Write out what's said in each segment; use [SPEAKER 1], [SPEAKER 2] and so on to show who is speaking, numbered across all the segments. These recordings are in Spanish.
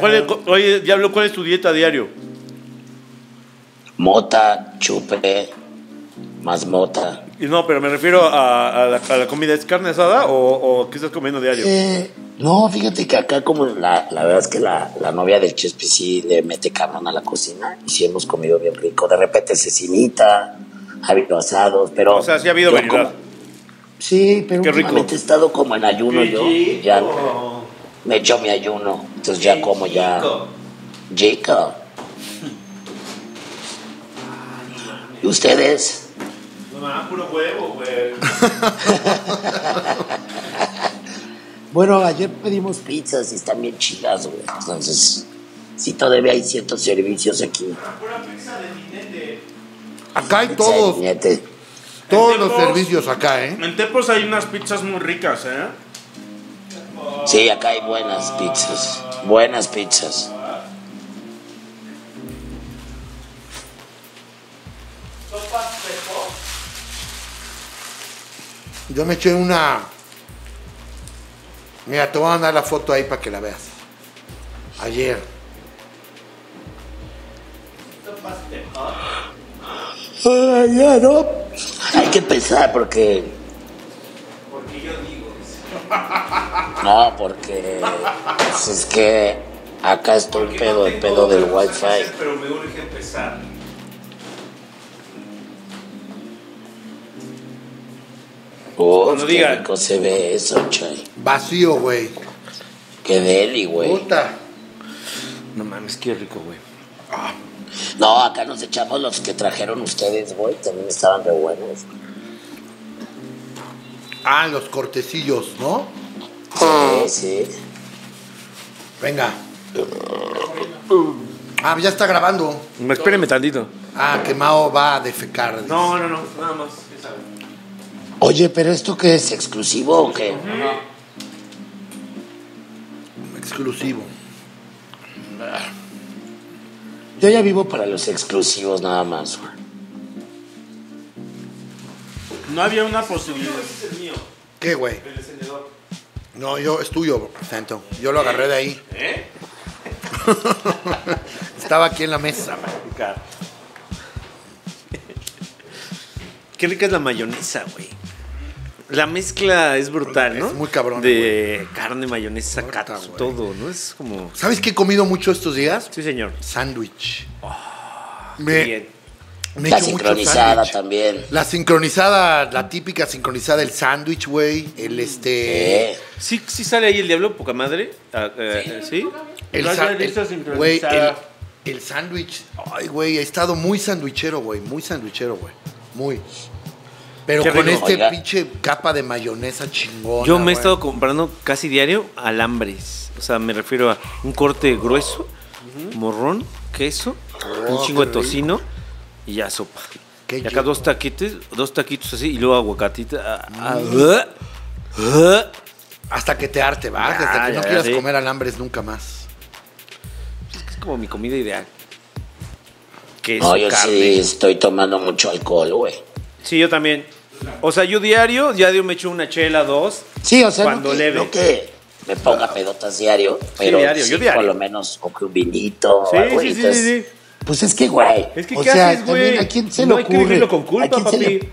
[SPEAKER 1] ¿Cuál es- cu- oye, Diablo, ¿cuál es tu dieta diario?
[SPEAKER 2] Mota, chupe, más mota.
[SPEAKER 1] Y no, pero me refiero a, a la, a la comida. ¿Es carne asada o, o qué estás comiendo diario?
[SPEAKER 2] Eh, no, fíjate que acá como la, la verdad es que la, la novia del Chespi sí le mete cabrón a la cocina y sí hemos comido bien rico. De repente cecinita, ha habido asados, pero...
[SPEAKER 1] O sea, sí ha habido
[SPEAKER 2] yo
[SPEAKER 1] variedad.
[SPEAKER 2] como- sí, pero
[SPEAKER 1] Qué rico.
[SPEAKER 2] últimamente he estado como en ayuno yo. y Ya me echo mi ayuno, entonces ya como ya... Jacob. ¿Y ustedes?
[SPEAKER 1] puro huevo, güey.
[SPEAKER 2] Bueno, ayer pedimos pizzas y están bien chidas, güey. Entonces, si todavía hay ciertos servicios aquí.
[SPEAKER 3] Acá hay
[SPEAKER 2] Pizza de
[SPEAKER 3] todos,
[SPEAKER 2] jinete.
[SPEAKER 3] todos los
[SPEAKER 1] Tepos.
[SPEAKER 3] servicios acá, ¿eh?
[SPEAKER 1] En Tepos hay unas pizzas muy ricas, ¿eh?
[SPEAKER 2] Sí, acá hay buenas pizzas. Buenas pizzas.
[SPEAKER 3] Yo me eché una. Mira, te voy a mandar la foto ahí para que la veas. Ayer.
[SPEAKER 2] Ay, ya no. Hay que pensar porque. No, porque. pues, es que acá está el pedo, el pedo del wifi.
[SPEAKER 1] Pero me urge empezar.
[SPEAKER 2] Uf,
[SPEAKER 1] Cuando
[SPEAKER 2] qué
[SPEAKER 1] diga-
[SPEAKER 2] rico se ve eso, chay.
[SPEAKER 3] Vacío, güey.
[SPEAKER 2] Qué deli, güey.
[SPEAKER 3] Puta.
[SPEAKER 1] No mames, qué rico, güey.
[SPEAKER 2] No, acá nos echamos los que trajeron ustedes, güey. También estaban re buenos.
[SPEAKER 3] Ah, los cortecillos, ¿no?
[SPEAKER 2] Sí, sí.
[SPEAKER 3] Venga. Ah, ya está grabando.
[SPEAKER 1] Espéreme tantito.
[SPEAKER 3] Ah, que Mao va a defecar.
[SPEAKER 1] No, no, no, nada más.
[SPEAKER 2] Oye, pero ¿esto qué es? ¿Exclusivo o qué?
[SPEAKER 3] Exclusivo.
[SPEAKER 2] Yo ya vivo para los exclusivos nada más, güey.
[SPEAKER 1] No había una posibilidad.
[SPEAKER 3] ¿Qué, güey? No, yo, es tuyo, Santo. Yo lo agarré de ahí.
[SPEAKER 1] ¿Eh?
[SPEAKER 3] Estaba aquí en la mesa.
[SPEAKER 1] Qué rica es la mayonesa, güey. La mezcla es brutal, ¿no?
[SPEAKER 3] Es muy cabrón,
[SPEAKER 1] De carne, mayonesa,
[SPEAKER 3] Puta,
[SPEAKER 1] cato,
[SPEAKER 3] güey.
[SPEAKER 1] todo, ¿no? Es como.
[SPEAKER 3] ¿Sabes qué he comido mucho estos días?
[SPEAKER 1] Sí, señor.
[SPEAKER 3] Sándwich.
[SPEAKER 1] Qué
[SPEAKER 3] Me-
[SPEAKER 1] Ah, Bien.
[SPEAKER 3] me
[SPEAKER 2] La
[SPEAKER 3] echo mucho
[SPEAKER 2] sincronizada
[SPEAKER 3] sándwich.
[SPEAKER 2] también.
[SPEAKER 3] La sincronizada, la típica sincronizada, el sándwich, güey. El este.
[SPEAKER 2] ¿Eh?
[SPEAKER 1] Sí, sí sale ahí el diablo, poca madre. Ah, eh, sí.
[SPEAKER 3] El
[SPEAKER 1] ¿No has
[SPEAKER 3] sa-
[SPEAKER 1] visto
[SPEAKER 3] el-
[SPEAKER 1] sincronizada?
[SPEAKER 3] Güey, el, el sándwich. Ay, güey, he estado muy sándwichero, güey. Muy sándwichero, güey. Muy. Pero
[SPEAKER 1] Qué
[SPEAKER 3] con
[SPEAKER 1] rico.
[SPEAKER 3] este
[SPEAKER 2] Oiga.
[SPEAKER 3] pinche capa de mayonesa chingona.
[SPEAKER 1] Yo me he
[SPEAKER 3] güey.
[SPEAKER 1] estado comprando casi diario alambres. O sea, me refiero a un corte grueso, morrón, queso,
[SPEAKER 3] Oh,
[SPEAKER 1] un chingo de
[SPEAKER 3] qué rico.
[SPEAKER 1] tocino y ya sopa.
[SPEAKER 3] Qué
[SPEAKER 1] y acá
[SPEAKER 3] chido.
[SPEAKER 1] dos taquitos, dos taquitos así y luego aguacatita. Ah,
[SPEAKER 3] Mm.
[SPEAKER 1] ah, ah, ah.
[SPEAKER 3] Hasta que te arte, va.
[SPEAKER 1] Ya,
[SPEAKER 3] Hasta que no
[SPEAKER 1] ya,
[SPEAKER 3] quieras
[SPEAKER 1] sí.
[SPEAKER 3] comer alambres nunca más.
[SPEAKER 1] Es como mi comida ideal. Queso,
[SPEAKER 2] No, yo
[SPEAKER 1] carne.
[SPEAKER 2] sí estoy tomando mucho alcohol, güey.
[SPEAKER 1] Sí, yo también. O sea, yo diario, diario me echo una chela, dos.
[SPEAKER 2] Sí, o sea,
[SPEAKER 1] Cuando
[SPEAKER 2] no, que,
[SPEAKER 1] leve.
[SPEAKER 2] no que me ponga pedotas diario, pero
[SPEAKER 1] diario, yo
[SPEAKER 2] sí,
[SPEAKER 1] diario.
[SPEAKER 2] por lo menos como que un vinito.
[SPEAKER 1] Sí,
[SPEAKER 2] o algo,
[SPEAKER 1] sí,
[SPEAKER 2] y
[SPEAKER 1] sí,
[SPEAKER 2] entonces,
[SPEAKER 1] sí, sí.
[SPEAKER 2] Pues es que, güey.
[SPEAKER 1] Es que,
[SPEAKER 2] o
[SPEAKER 1] ¿qué
[SPEAKER 2] sea,
[SPEAKER 1] haces, güey?
[SPEAKER 2] también, ¿A quién se
[SPEAKER 1] no
[SPEAKER 2] le
[SPEAKER 1] hay que
[SPEAKER 2] ocurre?
[SPEAKER 1] vivirlo con
[SPEAKER 2] ¿A
[SPEAKER 1] culpa,
[SPEAKER 2] quién se
[SPEAKER 1] papi.
[SPEAKER 2] le-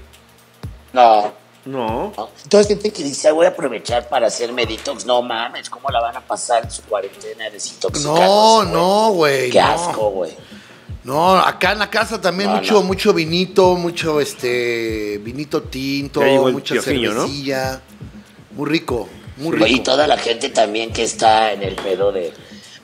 [SPEAKER 2] No,
[SPEAKER 1] No.
[SPEAKER 2] no. Entonces, gente que dice, "Ah, voy a aprovechar para hacerme detox. No mames, ¿cómo la van a pasar en su cuarentena desintoxicándose?
[SPEAKER 3] No,
[SPEAKER 2] güey?
[SPEAKER 3] no, güey.
[SPEAKER 2] Qué
[SPEAKER 3] no.
[SPEAKER 2] asco, güey.
[SPEAKER 3] No, acá en la casa también
[SPEAKER 2] No,
[SPEAKER 3] mucho,
[SPEAKER 2] no.
[SPEAKER 3] mucho vinito, mucho este vinito tinto,
[SPEAKER 1] Ya llegó el
[SPEAKER 3] mucha
[SPEAKER 1] piojiño, ¿no?
[SPEAKER 3] cervecilla. Muy rico, muy
[SPEAKER 2] Y
[SPEAKER 3] rico.
[SPEAKER 2] toda la gente también que está en el pedo de.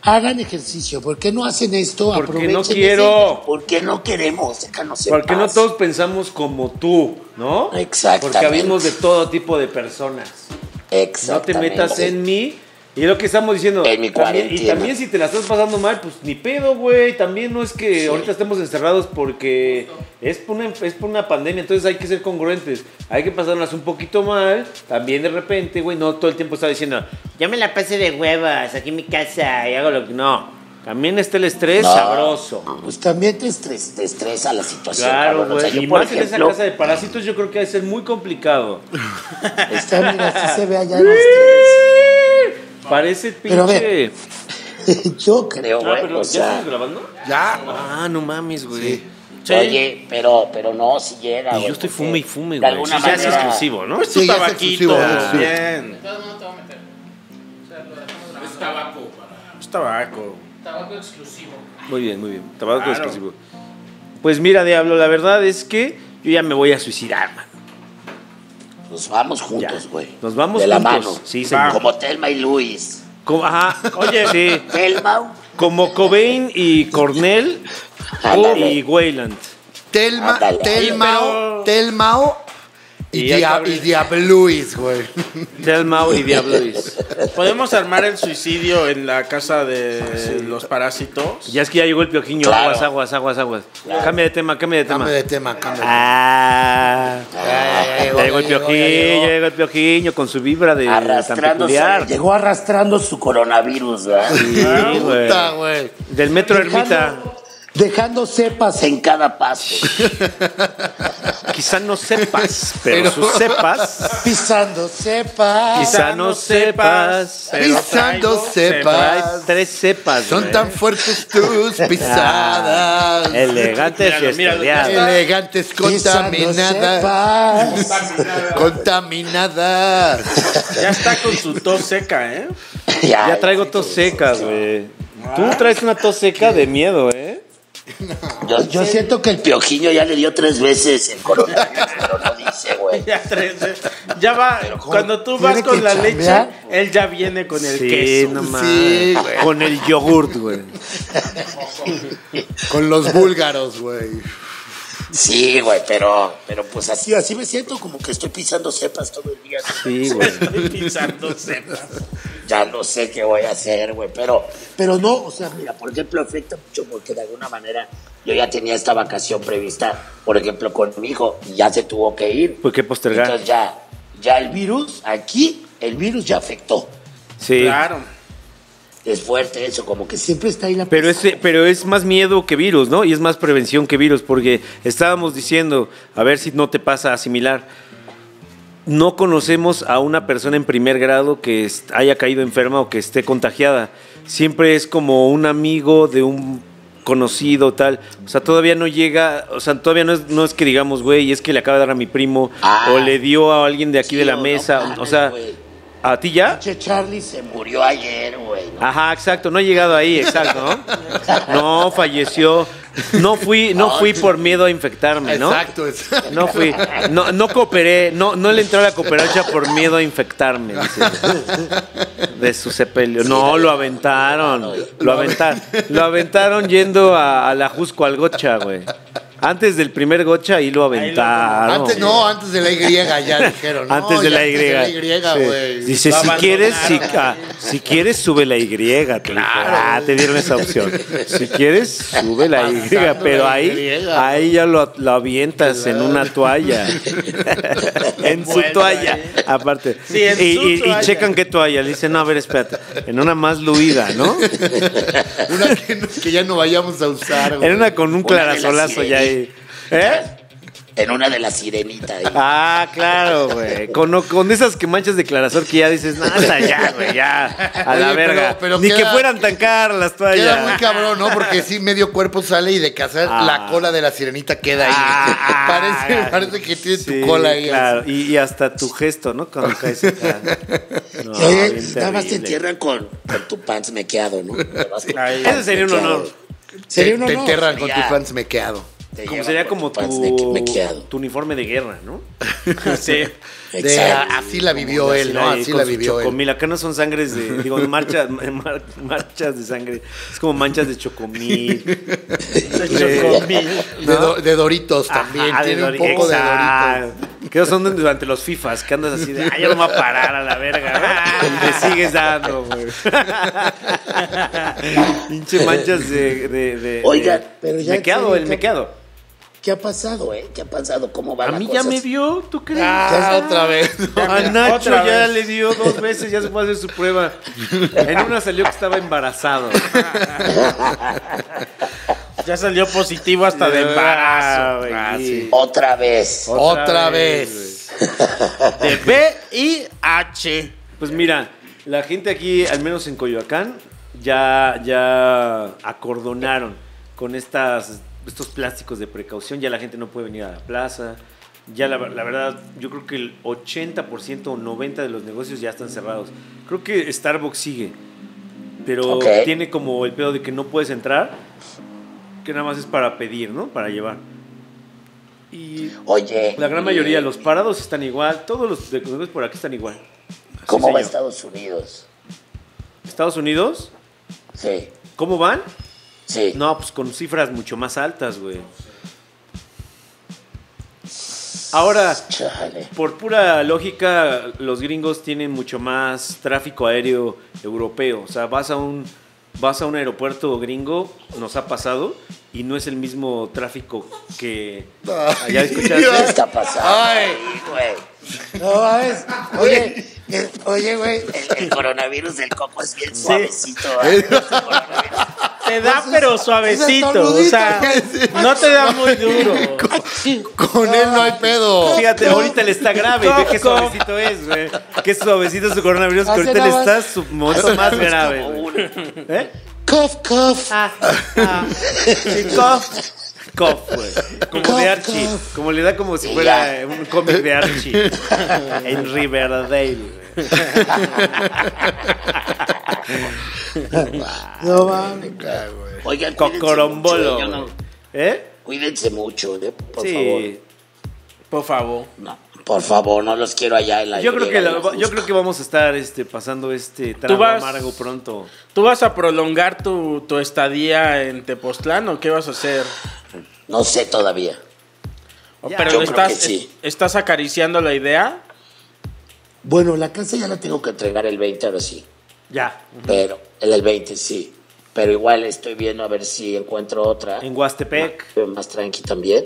[SPEAKER 2] Hagan ejercicio, ¿por qué no hacen esto?
[SPEAKER 1] Porque
[SPEAKER 2] Aprovechen
[SPEAKER 1] no quiero.
[SPEAKER 2] ese- ¿Por qué no queremos? Déjanos en
[SPEAKER 1] Porque no
[SPEAKER 2] paz.
[SPEAKER 1] todos pensamos como tú, ¿no?
[SPEAKER 2] Exactamente.
[SPEAKER 1] Porque habemos de todo tipo de personas. No te
[SPEAKER 2] Exactamente.
[SPEAKER 1] metas en mí. Y es lo que estamos diciendo.
[SPEAKER 2] En mi
[SPEAKER 1] también- y
[SPEAKER 2] cuarentena.
[SPEAKER 1] también si te la estás pasando mal, pues ni pedo, güey. También no es que ahorita estemos encerrados porque es por, una, es por una pandemia. Entonces hay que ser congruentes. Hay que pasarlas un poquito mal. También de repente, güey, no todo el tiempo está diciendo, ya me la pasé de huevas aquí en mi casa y hago lo que... No. También está el estrés
[SPEAKER 2] No.
[SPEAKER 1] sabroso.
[SPEAKER 2] Pues también te, estres- te estresa la situación.
[SPEAKER 1] Claro,
[SPEAKER 2] cabrón. O sea,
[SPEAKER 1] güey.
[SPEAKER 2] yo,
[SPEAKER 1] Y
[SPEAKER 2] por
[SPEAKER 1] más en esa
[SPEAKER 2] ejemplo,
[SPEAKER 1] casa de parásitos, yo creo que ha de ser muy complicado.
[SPEAKER 2] Está, mira, sí se ve allá en los tres.
[SPEAKER 1] Parece
[SPEAKER 2] Pero a ver.
[SPEAKER 1] pinche
[SPEAKER 2] Yo creo,
[SPEAKER 1] Ah,
[SPEAKER 2] güey.
[SPEAKER 1] pero
[SPEAKER 2] o
[SPEAKER 1] ¿ya
[SPEAKER 2] sea,
[SPEAKER 1] estás grabando?
[SPEAKER 3] Ya.
[SPEAKER 1] Ah, no mames, güey.
[SPEAKER 3] Sí.
[SPEAKER 4] Sí.
[SPEAKER 2] Oye, pero, pero no, si llega.
[SPEAKER 1] Y
[SPEAKER 2] güey,
[SPEAKER 1] yo estoy
[SPEAKER 2] porque
[SPEAKER 1] fume y fume,
[SPEAKER 2] De
[SPEAKER 1] güey.
[SPEAKER 2] alguna
[SPEAKER 1] Sí, ya es
[SPEAKER 2] manera-
[SPEAKER 1] exclusivo, ¿no?
[SPEAKER 4] Pues tu
[SPEAKER 3] Sí, ya es
[SPEAKER 4] tabaquito,
[SPEAKER 3] exclusivo, ya, sí.
[SPEAKER 4] bien.
[SPEAKER 5] De todos modos te voy a meter. O sea, lo dejamos grabado.
[SPEAKER 4] Es tabaco.
[SPEAKER 5] Tabaco exclusivo.
[SPEAKER 1] Muy bien, muy bien. Tabaco
[SPEAKER 4] Claro.
[SPEAKER 1] exclusivo. Pues mira, Diablo, la verdad es que yo ya me voy a suicidar, man.
[SPEAKER 2] Nos vamos
[SPEAKER 1] Ya.
[SPEAKER 2] juntos, güey.
[SPEAKER 1] Nos vamos
[SPEAKER 2] De la
[SPEAKER 1] juntos.
[SPEAKER 2] mano.
[SPEAKER 1] Sí, señor.
[SPEAKER 2] Como Telma y Luis.
[SPEAKER 1] Como- ajá.
[SPEAKER 4] Oye.
[SPEAKER 1] Sí.
[SPEAKER 2] Telma.
[SPEAKER 1] Como Cobain y Cornell
[SPEAKER 2] Ándale.
[SPEAKER 1] y Wayland.
[SPEAKER 3] Telma,
[SPEAKER 2] Ándale.
[SPEAKER 3] Telmao, Telmao
[SPEAKER 1] Y
[SPEAKER 3] y,
[SPEAKER 1] ya
[SPEAKER 3] Dia-
[SPEAKER 1] cabrón.
[SPEAKER 3] y Diabluis, güey.
[SPEAKER 1] Delmao y Diablo Luis.
[SPEAKER 4] ¿Podemos armar el suicidio en la casa de los parásitos?
[SPEAKER 1] Ya es que ya llegó el piojiño.
[SPEAKER 2] Claro.
[SPEAKER 1] Aguas, aguas, aguas, aguas. Cambia de tema, cambia de tema.
[SPEAKER 3] Cambia de tema, cambia de tema.
[SPEAKER 1] Ah.
[SPEAKER 3] Ya
[SPEAKER 1] Ya llegó el
[SPEAKER 3] ya llegó,
[SPEAKER 1] piojiño,
[SPEAKER 3] ya
[SPEAKER 1] ya
[SPEAKER 3] llegó.
[SPEAKER 1] llegó el piojiño con su vibra de tan
[SPEAKER 2] Arrastrándose.
[SPEAKER 1] peculiar.
[SPEAKER 2] Llegó arrastrando su coronavirus, ¿verdad?
[SPEAKER 1] Sí, güey.
[SPEAKER 3] Puta, güey.
[SPEAKER 1] Del metro Ermita.
[SPEAKER 2] Dejando, dejando cepas en cada paso.
[SPEAKER 1] Quizá no sepas, pero,
[SPEAKER 3] Pero-
[SPEAKER 1] sus cepas.
[SPEAKER 3] Pisando cepas.
[SPEAKER 1] Quizá no sepas.
[SPEAKER 4] pero
[SPEAKER 3] Pisando
[SPEAKER 4] traigo
[SPEAKER 1] Hay
[SPEAKER 3] cepas.
[SPEAKER 1] tres cepas.
[SPEAKER 3] Son
[SPEAKER 1] güey. Ah,
[SPEAKER 3] tan fuertes tus pisadas.
[SPEAKER 1] elegantes y
[SPEAKER 4] Míralo, míralo,
[SPEAKER 1] estudiadas.
[SPEAKER 3] Elegantes contaminadas.
[SPEAKER 2] Pisando cepas.
[SPEAKER 3] Contaminadas.
[SPEAKER 4] Ya está con su tos seca, ¿eh?
[SPEAKER 1] Ya traigo tos seca, güey. Tú traes una tos seca de miedo, ¿eh?
[SPEAKER 2] Yo, yo siento que el piojiño ya le dio tres veces el coronavirus, pero no dice, güey.
[SPEAKER 4] Ya tres, eh. Ya va. Cuando tú vas
[SPEAKER 3] tiene
[SPEAKER 4] con
[SPEAKER 3] que
[SPEAKER 4] la
[SPEAKER 3] chambear.
[SPEAKER 4] leche, él ya viene con el
[SPEAKER 1] sí,
[SPEAKER 4] queso.
[SPEAKER 1] no mames.
[SPEAKER 3] Sí, güey.
[SPEAKER 1] Con el yogurt, güey.
[SPEAKER 3] Con los búlgaros, güey.
[SPEAKER 2] Sí, güey, pero, pero pues así, así me siento como que estoy pisando cepas todo el día.
[SPEAKER 1] Sí, güey.
[SPEAKER 4] Estoy pisando cepas.
[SPEAKER 2] Ya no sé qué voy a hacer, güey, pero, pero no, o sea, mira, por ejemplo, afecta mucho porque de alguna manera yo ya tenía esta vacación prevista, por ejemplo, con mi hijo, y ya se tuvo que ir.
[SPEAKER 1] Pues qué postergar.
[SPEAKER 2] Entonces ya, ya el virus, aquí, el virus ya afectó.
[SPEAKER 1] Sí.
[SPEAKER 4] Claro.
[SPEAKER 2] Es fuerte eso, como que siempre está ahí la
[SPEAKER 1] Pero es, pero es más miedo que virus, ¿no? Y es más prevención que virus, porque estábamos diciendo, a ver si no te pasa a asimilar. No conocemos a una persona en primer grado que est- haya caído enferma o que esté contagiada. Siempre es como un amigo de un conocido, tal. O sea, todavía no llega, o sea, todavía no es, no es que digamos, güey, es que le acaba de dar a mi primo,
[SPEAKER 2] Ah.
[SPEAKER 1] o le dio a alguien de aquí
[SPEAKER 2] Sí,
[SPEAKER 1] de la
[SPEAKER 2] o no
[SPEAKER 1] mesa.
[SPEAKER 2] mames,
[SPEAKER 1] o sea,
[SPEAKER 2] güey.
[SPEAKER 1] ¿a ti ya?
[SPEAKER 2] Che, Charlie se murió ayer, güey. ¿no?
[SPEAKER 1] Ajá, exacto, no he llegado ahí, exacto, ¿no? No, falleció. No fui, no fui por miedo a infectarme, ¿no? Ah,
[SPEAKER 3] Exacto. es-
[SPEAKER 1] No fui, no, no cooperé, no, no le entré a la cooperacha por miedo a infectarme, dice. De su sepelio. No, lo aventaron. Lo aventaron. Lo aventaron yendo a, a la Jusco al Gocha, güey. Antes del primer Gocha ahí lo aventaron.
[SPEAKER 3] Antes no, antes de la Y ya dijeron. No,
[SPEAKER 1] Antes de
[SPEAKER 3] ya
[SPEAKER 1] la Y.
[SPEAKER 3] Antes de la Y, güey.
[SPEAKER 1] Dice,
[SPEAKER 4] Lo
[SPEAKER 1] si quieres, si,
[SPEAKER 4] abandonaron.
[SPEAKER 1] ah, si quieres, sube la Y. te dijo. Ah, te dieron esa opción. Si quieres, sube la Y,
[SPEAKER 3] Pasando
[SPEAKER 1] pero
[SPEAKER 3] la
[SPEAKER 1] ahí,
[SPEAKER 3] Y.
[SPEAKER 1] ahí ya lo, lo avientas en una toalla. en su
[SPEAKER 4] Envuelto
[SPEAKER 1] toalla,
[SPEAKER 4] ahí.
[SPEAKER 1] aparte.
[SPEAKER 4] Sí, en
[SPEAKER 1] y,
[SPEAKER 4] su
[SPEAKER 1] y- y
[SPEAKER 4] toalla.
[SPEAKER 1] checan qué toalla. Le dicen, no, a ver, espérate. En una más luida, ¿no?
[SPEAKER 3] Una que, no- que ya no vayamos a usar, güey.
[SPEAKER 1] En una con
[SPEAKER 2] Una
[SPEAKER 1] un
[SPEAKER 2] de las
[SPEAKER 1] clarasolazo ya ahí. ¿Eh?
[SPEAKER 2] En una de las sirenitas. ¿eh? ahí.
[SPEAKER 1] Ah, claro, güey. Con, con esas que manchas de clarasol que ya dices, no, hasta ya, güey, ya. A la
[SPEAKER 3] Oye, pero-
[SPEAKER 1] verga.
[SPEAKER 3] pero
[SPEAKER 1] Ni que
[SPEAKER 3] queda-
[SPEAKER 1] fueran tan caras las toallas.
[SPEAKER 3] Queda muy cabrón, ¿no? Porque sí, medio cuerpo sale y de cazar
[SPEAKER 1] Ah.
[SPEAKER 3] la cola de la sirenita queda ahí.
[SPEAKER 1] Ah,
[SPEAKER 3] parece, parece que tiene
[SPEAKER 1] Sí,
[SPEAKER 3] tu cola ahí.
[SPEAKER 1] Claro, y, y hasta tu gesto, ¿no? Cuando caes acá. No,
[SPEAKER 2] Oye,
[SPEAKER 1] bien
[SPEAKER 2] nada más te
[SPEAKER 1] terrible.
[SPEAKER 2] entierran con, con tu pants mequeado, ¿no? Te vas con tu
[SPEAKER 4] Ay,
[SPEAKER 2] pants
[SPEAKER 1] ese sería un
[SPEAKER 2] mequeado.
[SPEAKER 1] honor.
[SPEAKER 2] Sería
[SPEAKER 3] Te,
[SPEAKER 2] un
[SPEAKER 3] te
[SPEAKER 2] honor.
[SPEAKER 3] enterran con
[SPEAKER 2] Sería-
[SPEAKER 3] tus fans mequeado.
[SPEAKER 2] te
[SPEAKER 1] Como
[SPEAKER 2] llevan
[SPEAKER 1] sería
[SPEAKER 2] con
[SPEAKER 1] como
[SPEAKER 2] pants meque-
[SPEAKER 1] tu,
[SPEAKER 2] mequeado.
[SPEAKER 1] tu uniforme de guerra, ¿no?
[SPEAKER 4] Sí.
[SPEAKER 3] De-
[SPEAKER 2] Exacto.
[SPEAKER 3] así la vivió él, ¿no?
[SPEAKER 1] ahí
[SPEAKER 3] Así
[SPEAKER 1] con
[SPEAKER 3] la
[SPEAKER 1] su
[SPEAKER 3] vivió él.
[SPEAKER 1] Chocomil, acá no son sangres de, digo, marchas, mar- marchas de sangre. Es como manchas de chocomil.
[SPEAKER 4] Se chocó mil.
[SPEAKER 3] De, do- de Doritos también.
[SPEAKER 1] Ajá, de Ah,
[SPEAKER 3] tiene un
[SPEAKER 1] Dori-
[SPEAKER 3] poco de Doritos.
[SPEAKER 1] Exacto. Que son durante los FIFAs, que andas así de, ah, ya no me va a parar a la verga. Y le sigues dando, güey. Pinche manchas de. de, de
[SPEAKER 2] Oiga,
[SPEAKER 1] de-
[SPEAKER 2] pero ya
[SPEAKER 1] Me quedo,
[SPEAKER 2] tiene
[SPEAKER 1] el
[SPEAKER 2] que-
[SPEAKER 1] me quedo.
[SPEAKER 2] ¿Qué ha pasado, eh? ¿Qué ha pasado? ¿Cómo va
[SPEAKER 1] A
[SPEAKER 2] la
[SPEAKER 1] mí ya
[SPEAKER 2] cosa?
[SPEAKER 1] me dio, ¿tú crees?
[SPEAKER 3] Ah, otra vez.
[SPEAKER 1] A Nacho
[SPEAKER 4] Otra
[SPEAKER 1] ya
[SPEAKER 4] vez.
[SPEAKER 1] le dio dos veces, ya se fue a hacer su prueba. En una salió que estaba embarazado.
[SPEAKER 4] Ya salió positivo hasta de
[SPEAKER 1] Ah,
[SPEAKER 4] embarazo.
[SPEAKER 1] güey.
[SPEAKER 4] Ah, sí.
[SPEAKER 2] Otra vez.
[SPEAKER 3] Otra,
[SPEAKER 1] Otra
[SPEAKER 3] vez.
[SPEAKER 4] De B y H.
[SPEAKER 1] Pues mira, la gente aquí, al menos en Coyoacán, ya, ya acordonaron con estas, estos plásticos de precaución. Ya la gente no puede venir a la plaza. Ya la, la verdad, yo creo que el 80% o 90% de los negocios ya están cerrados. Creo que Starbucks sigue, pero
[SPEAKER 2] Ok.
[SPEAKER 1] tiene como el pedo de que no puedes entrar, que nada más es para pedir, ¿no? Para llevar. Y
[SPEAKER 2] Oye.
[SPEAKER 1] la gran
[SPEAKER 2] y-
[SPEAKER 1] mayoría, los parados están igual, todos los de los por aquí están igual.
[SPEAKER 2] eh, ¿Cómo
[SPEAKER 1] Sí,
[SPEAKER 2] va
[SPEAKER 1] señor.
[SPEAKER 2] Estados Unidos?
[SPEAKER 1] Estados Unidos,
[SPEAKER 2] Sí,
[SPEAKER 1] ¿cómo van?
[SPEAKER 2] sí.
[SPEAKER 1] No, pues con cifras mucho más altas, güey. Ahora,
[SPEAKER 2] Chale.
[SPEAKER 1] por pura lógica, los gringos tienen mucho más tráfico aéreo europeo. O sea, vas a un, vas a un aeropuerto gringo, nos ha pasado, y no es el mismo tráfico que... ¿Ya escuchaste?
[SPEAKER 2] ¿Qué está pasando?
[SPEAKER 3] Ay.
[SPEAKER 2] güey. No mames. Oye, eh, oye, güey. El, el coronavirus del coco es bien suavecito. ¿ah?
[SPEAKER 3] Eh.
[SPEAKER 6] Te da pero suavecito, o sea,
[SPEAKER 3] estornudito.
[SPEAKER 6] no te da muy duro.
[SPEAKER 3] Con él no hay pedo.
[SPEAKER 1] Fíjate, ahorita le está grave, ve qué
[SPEAKER 6] Coco.
[SPEAKER 1] suavecito es, güey. Qué suavecito es su coronavirus, que
[SPEAKER 2] Hace
[SPEAKER 1] ahorita le
[SPEAKER 2] nada
[SPEAKER 1] está
[SPEAKER 2] más-
[SPEAKER 1] su momento más grave.
[SPEAKER 2] Como
[SPEAKER 1] güey.
[SPEAKER 2] un
[SPEAKER 1] ¿Eh?
[SPEAKER 2] Cough, cough.
[SPEAKER 6] Ah, ah.
[SPEAKER 1] Sí, cough. Cough, güey. Como
[SPEAKER 2] Cough,
[SPEAKER 1] de Archie.
[SPEAKER 2] cough.
[SPEAKER 1] Como le da como si
[SPEAKER 2] Y
[SPEAKER 1] fuera
[SPEAKER 2] ya.
[SPEAKER 1] eh, un cómic de Archie. en Riverdale. güey.
[SPEAKER 2] No mames.
[SPEAKER 3] Ay, güey.
[SPEAKER 2] Oigan,
[SPEAKER 1] Cocorombolo.
[SPEAKER 2] cuídense mucho,
[SPEAKER 1] güey.
[SPEAKER 2] yo no-
[SPEAKER 1] ¿Eh?
[SPEAKER 2] Cuídense mucho, ¿eh? por
[SPEAKER 1] Sí.
[SPEAKER 2] favor.
[SPEAKER 4] Por favor.
[SPEAKER 2] No, por favor, no los quiero allá en la
[SPEAKER 1] Yo creo, que
[SPEAKER 2] Y,
[SPEAKER 1] la-
[SPEAKER 2] en la
[SPEAKER 1] yo creo que vamos a estar este, pasando este trago
[SPEAKER 4] vas-
[SPEAKER 1] amargo pronto.
[SPEAKER 4] ¿Tú vas a prolongar tu, tu estadía en Tepoztlán o qué vas a hacer?
[SPEAKER 2] Justa. No sé todavía.
[SPEAKER 4] O-
[SPEAKER 1] Ya.
[SPEAKER 4] Pero
[SPEAKER 1] Yo
[SPEAKER 4] lo
[SPEAKER 2] creo
[SPEAKER 4] estás,
[SPEAKER 2] que sí.
[SPEAKER 4] estás acariciando la idea.
[SPEAKER 2] Bueno, la casa ya la tengo que entregar el 20, ahora sí.
[SPEAKER 1] Ya.
[SPEAKER 2] Pero, el del 20 sí. Pero igual estoy viendo a ver si encuentro otra.
[SPEAKER 1] En Huastepec.
[SPEAKER 2] Más tranqui también.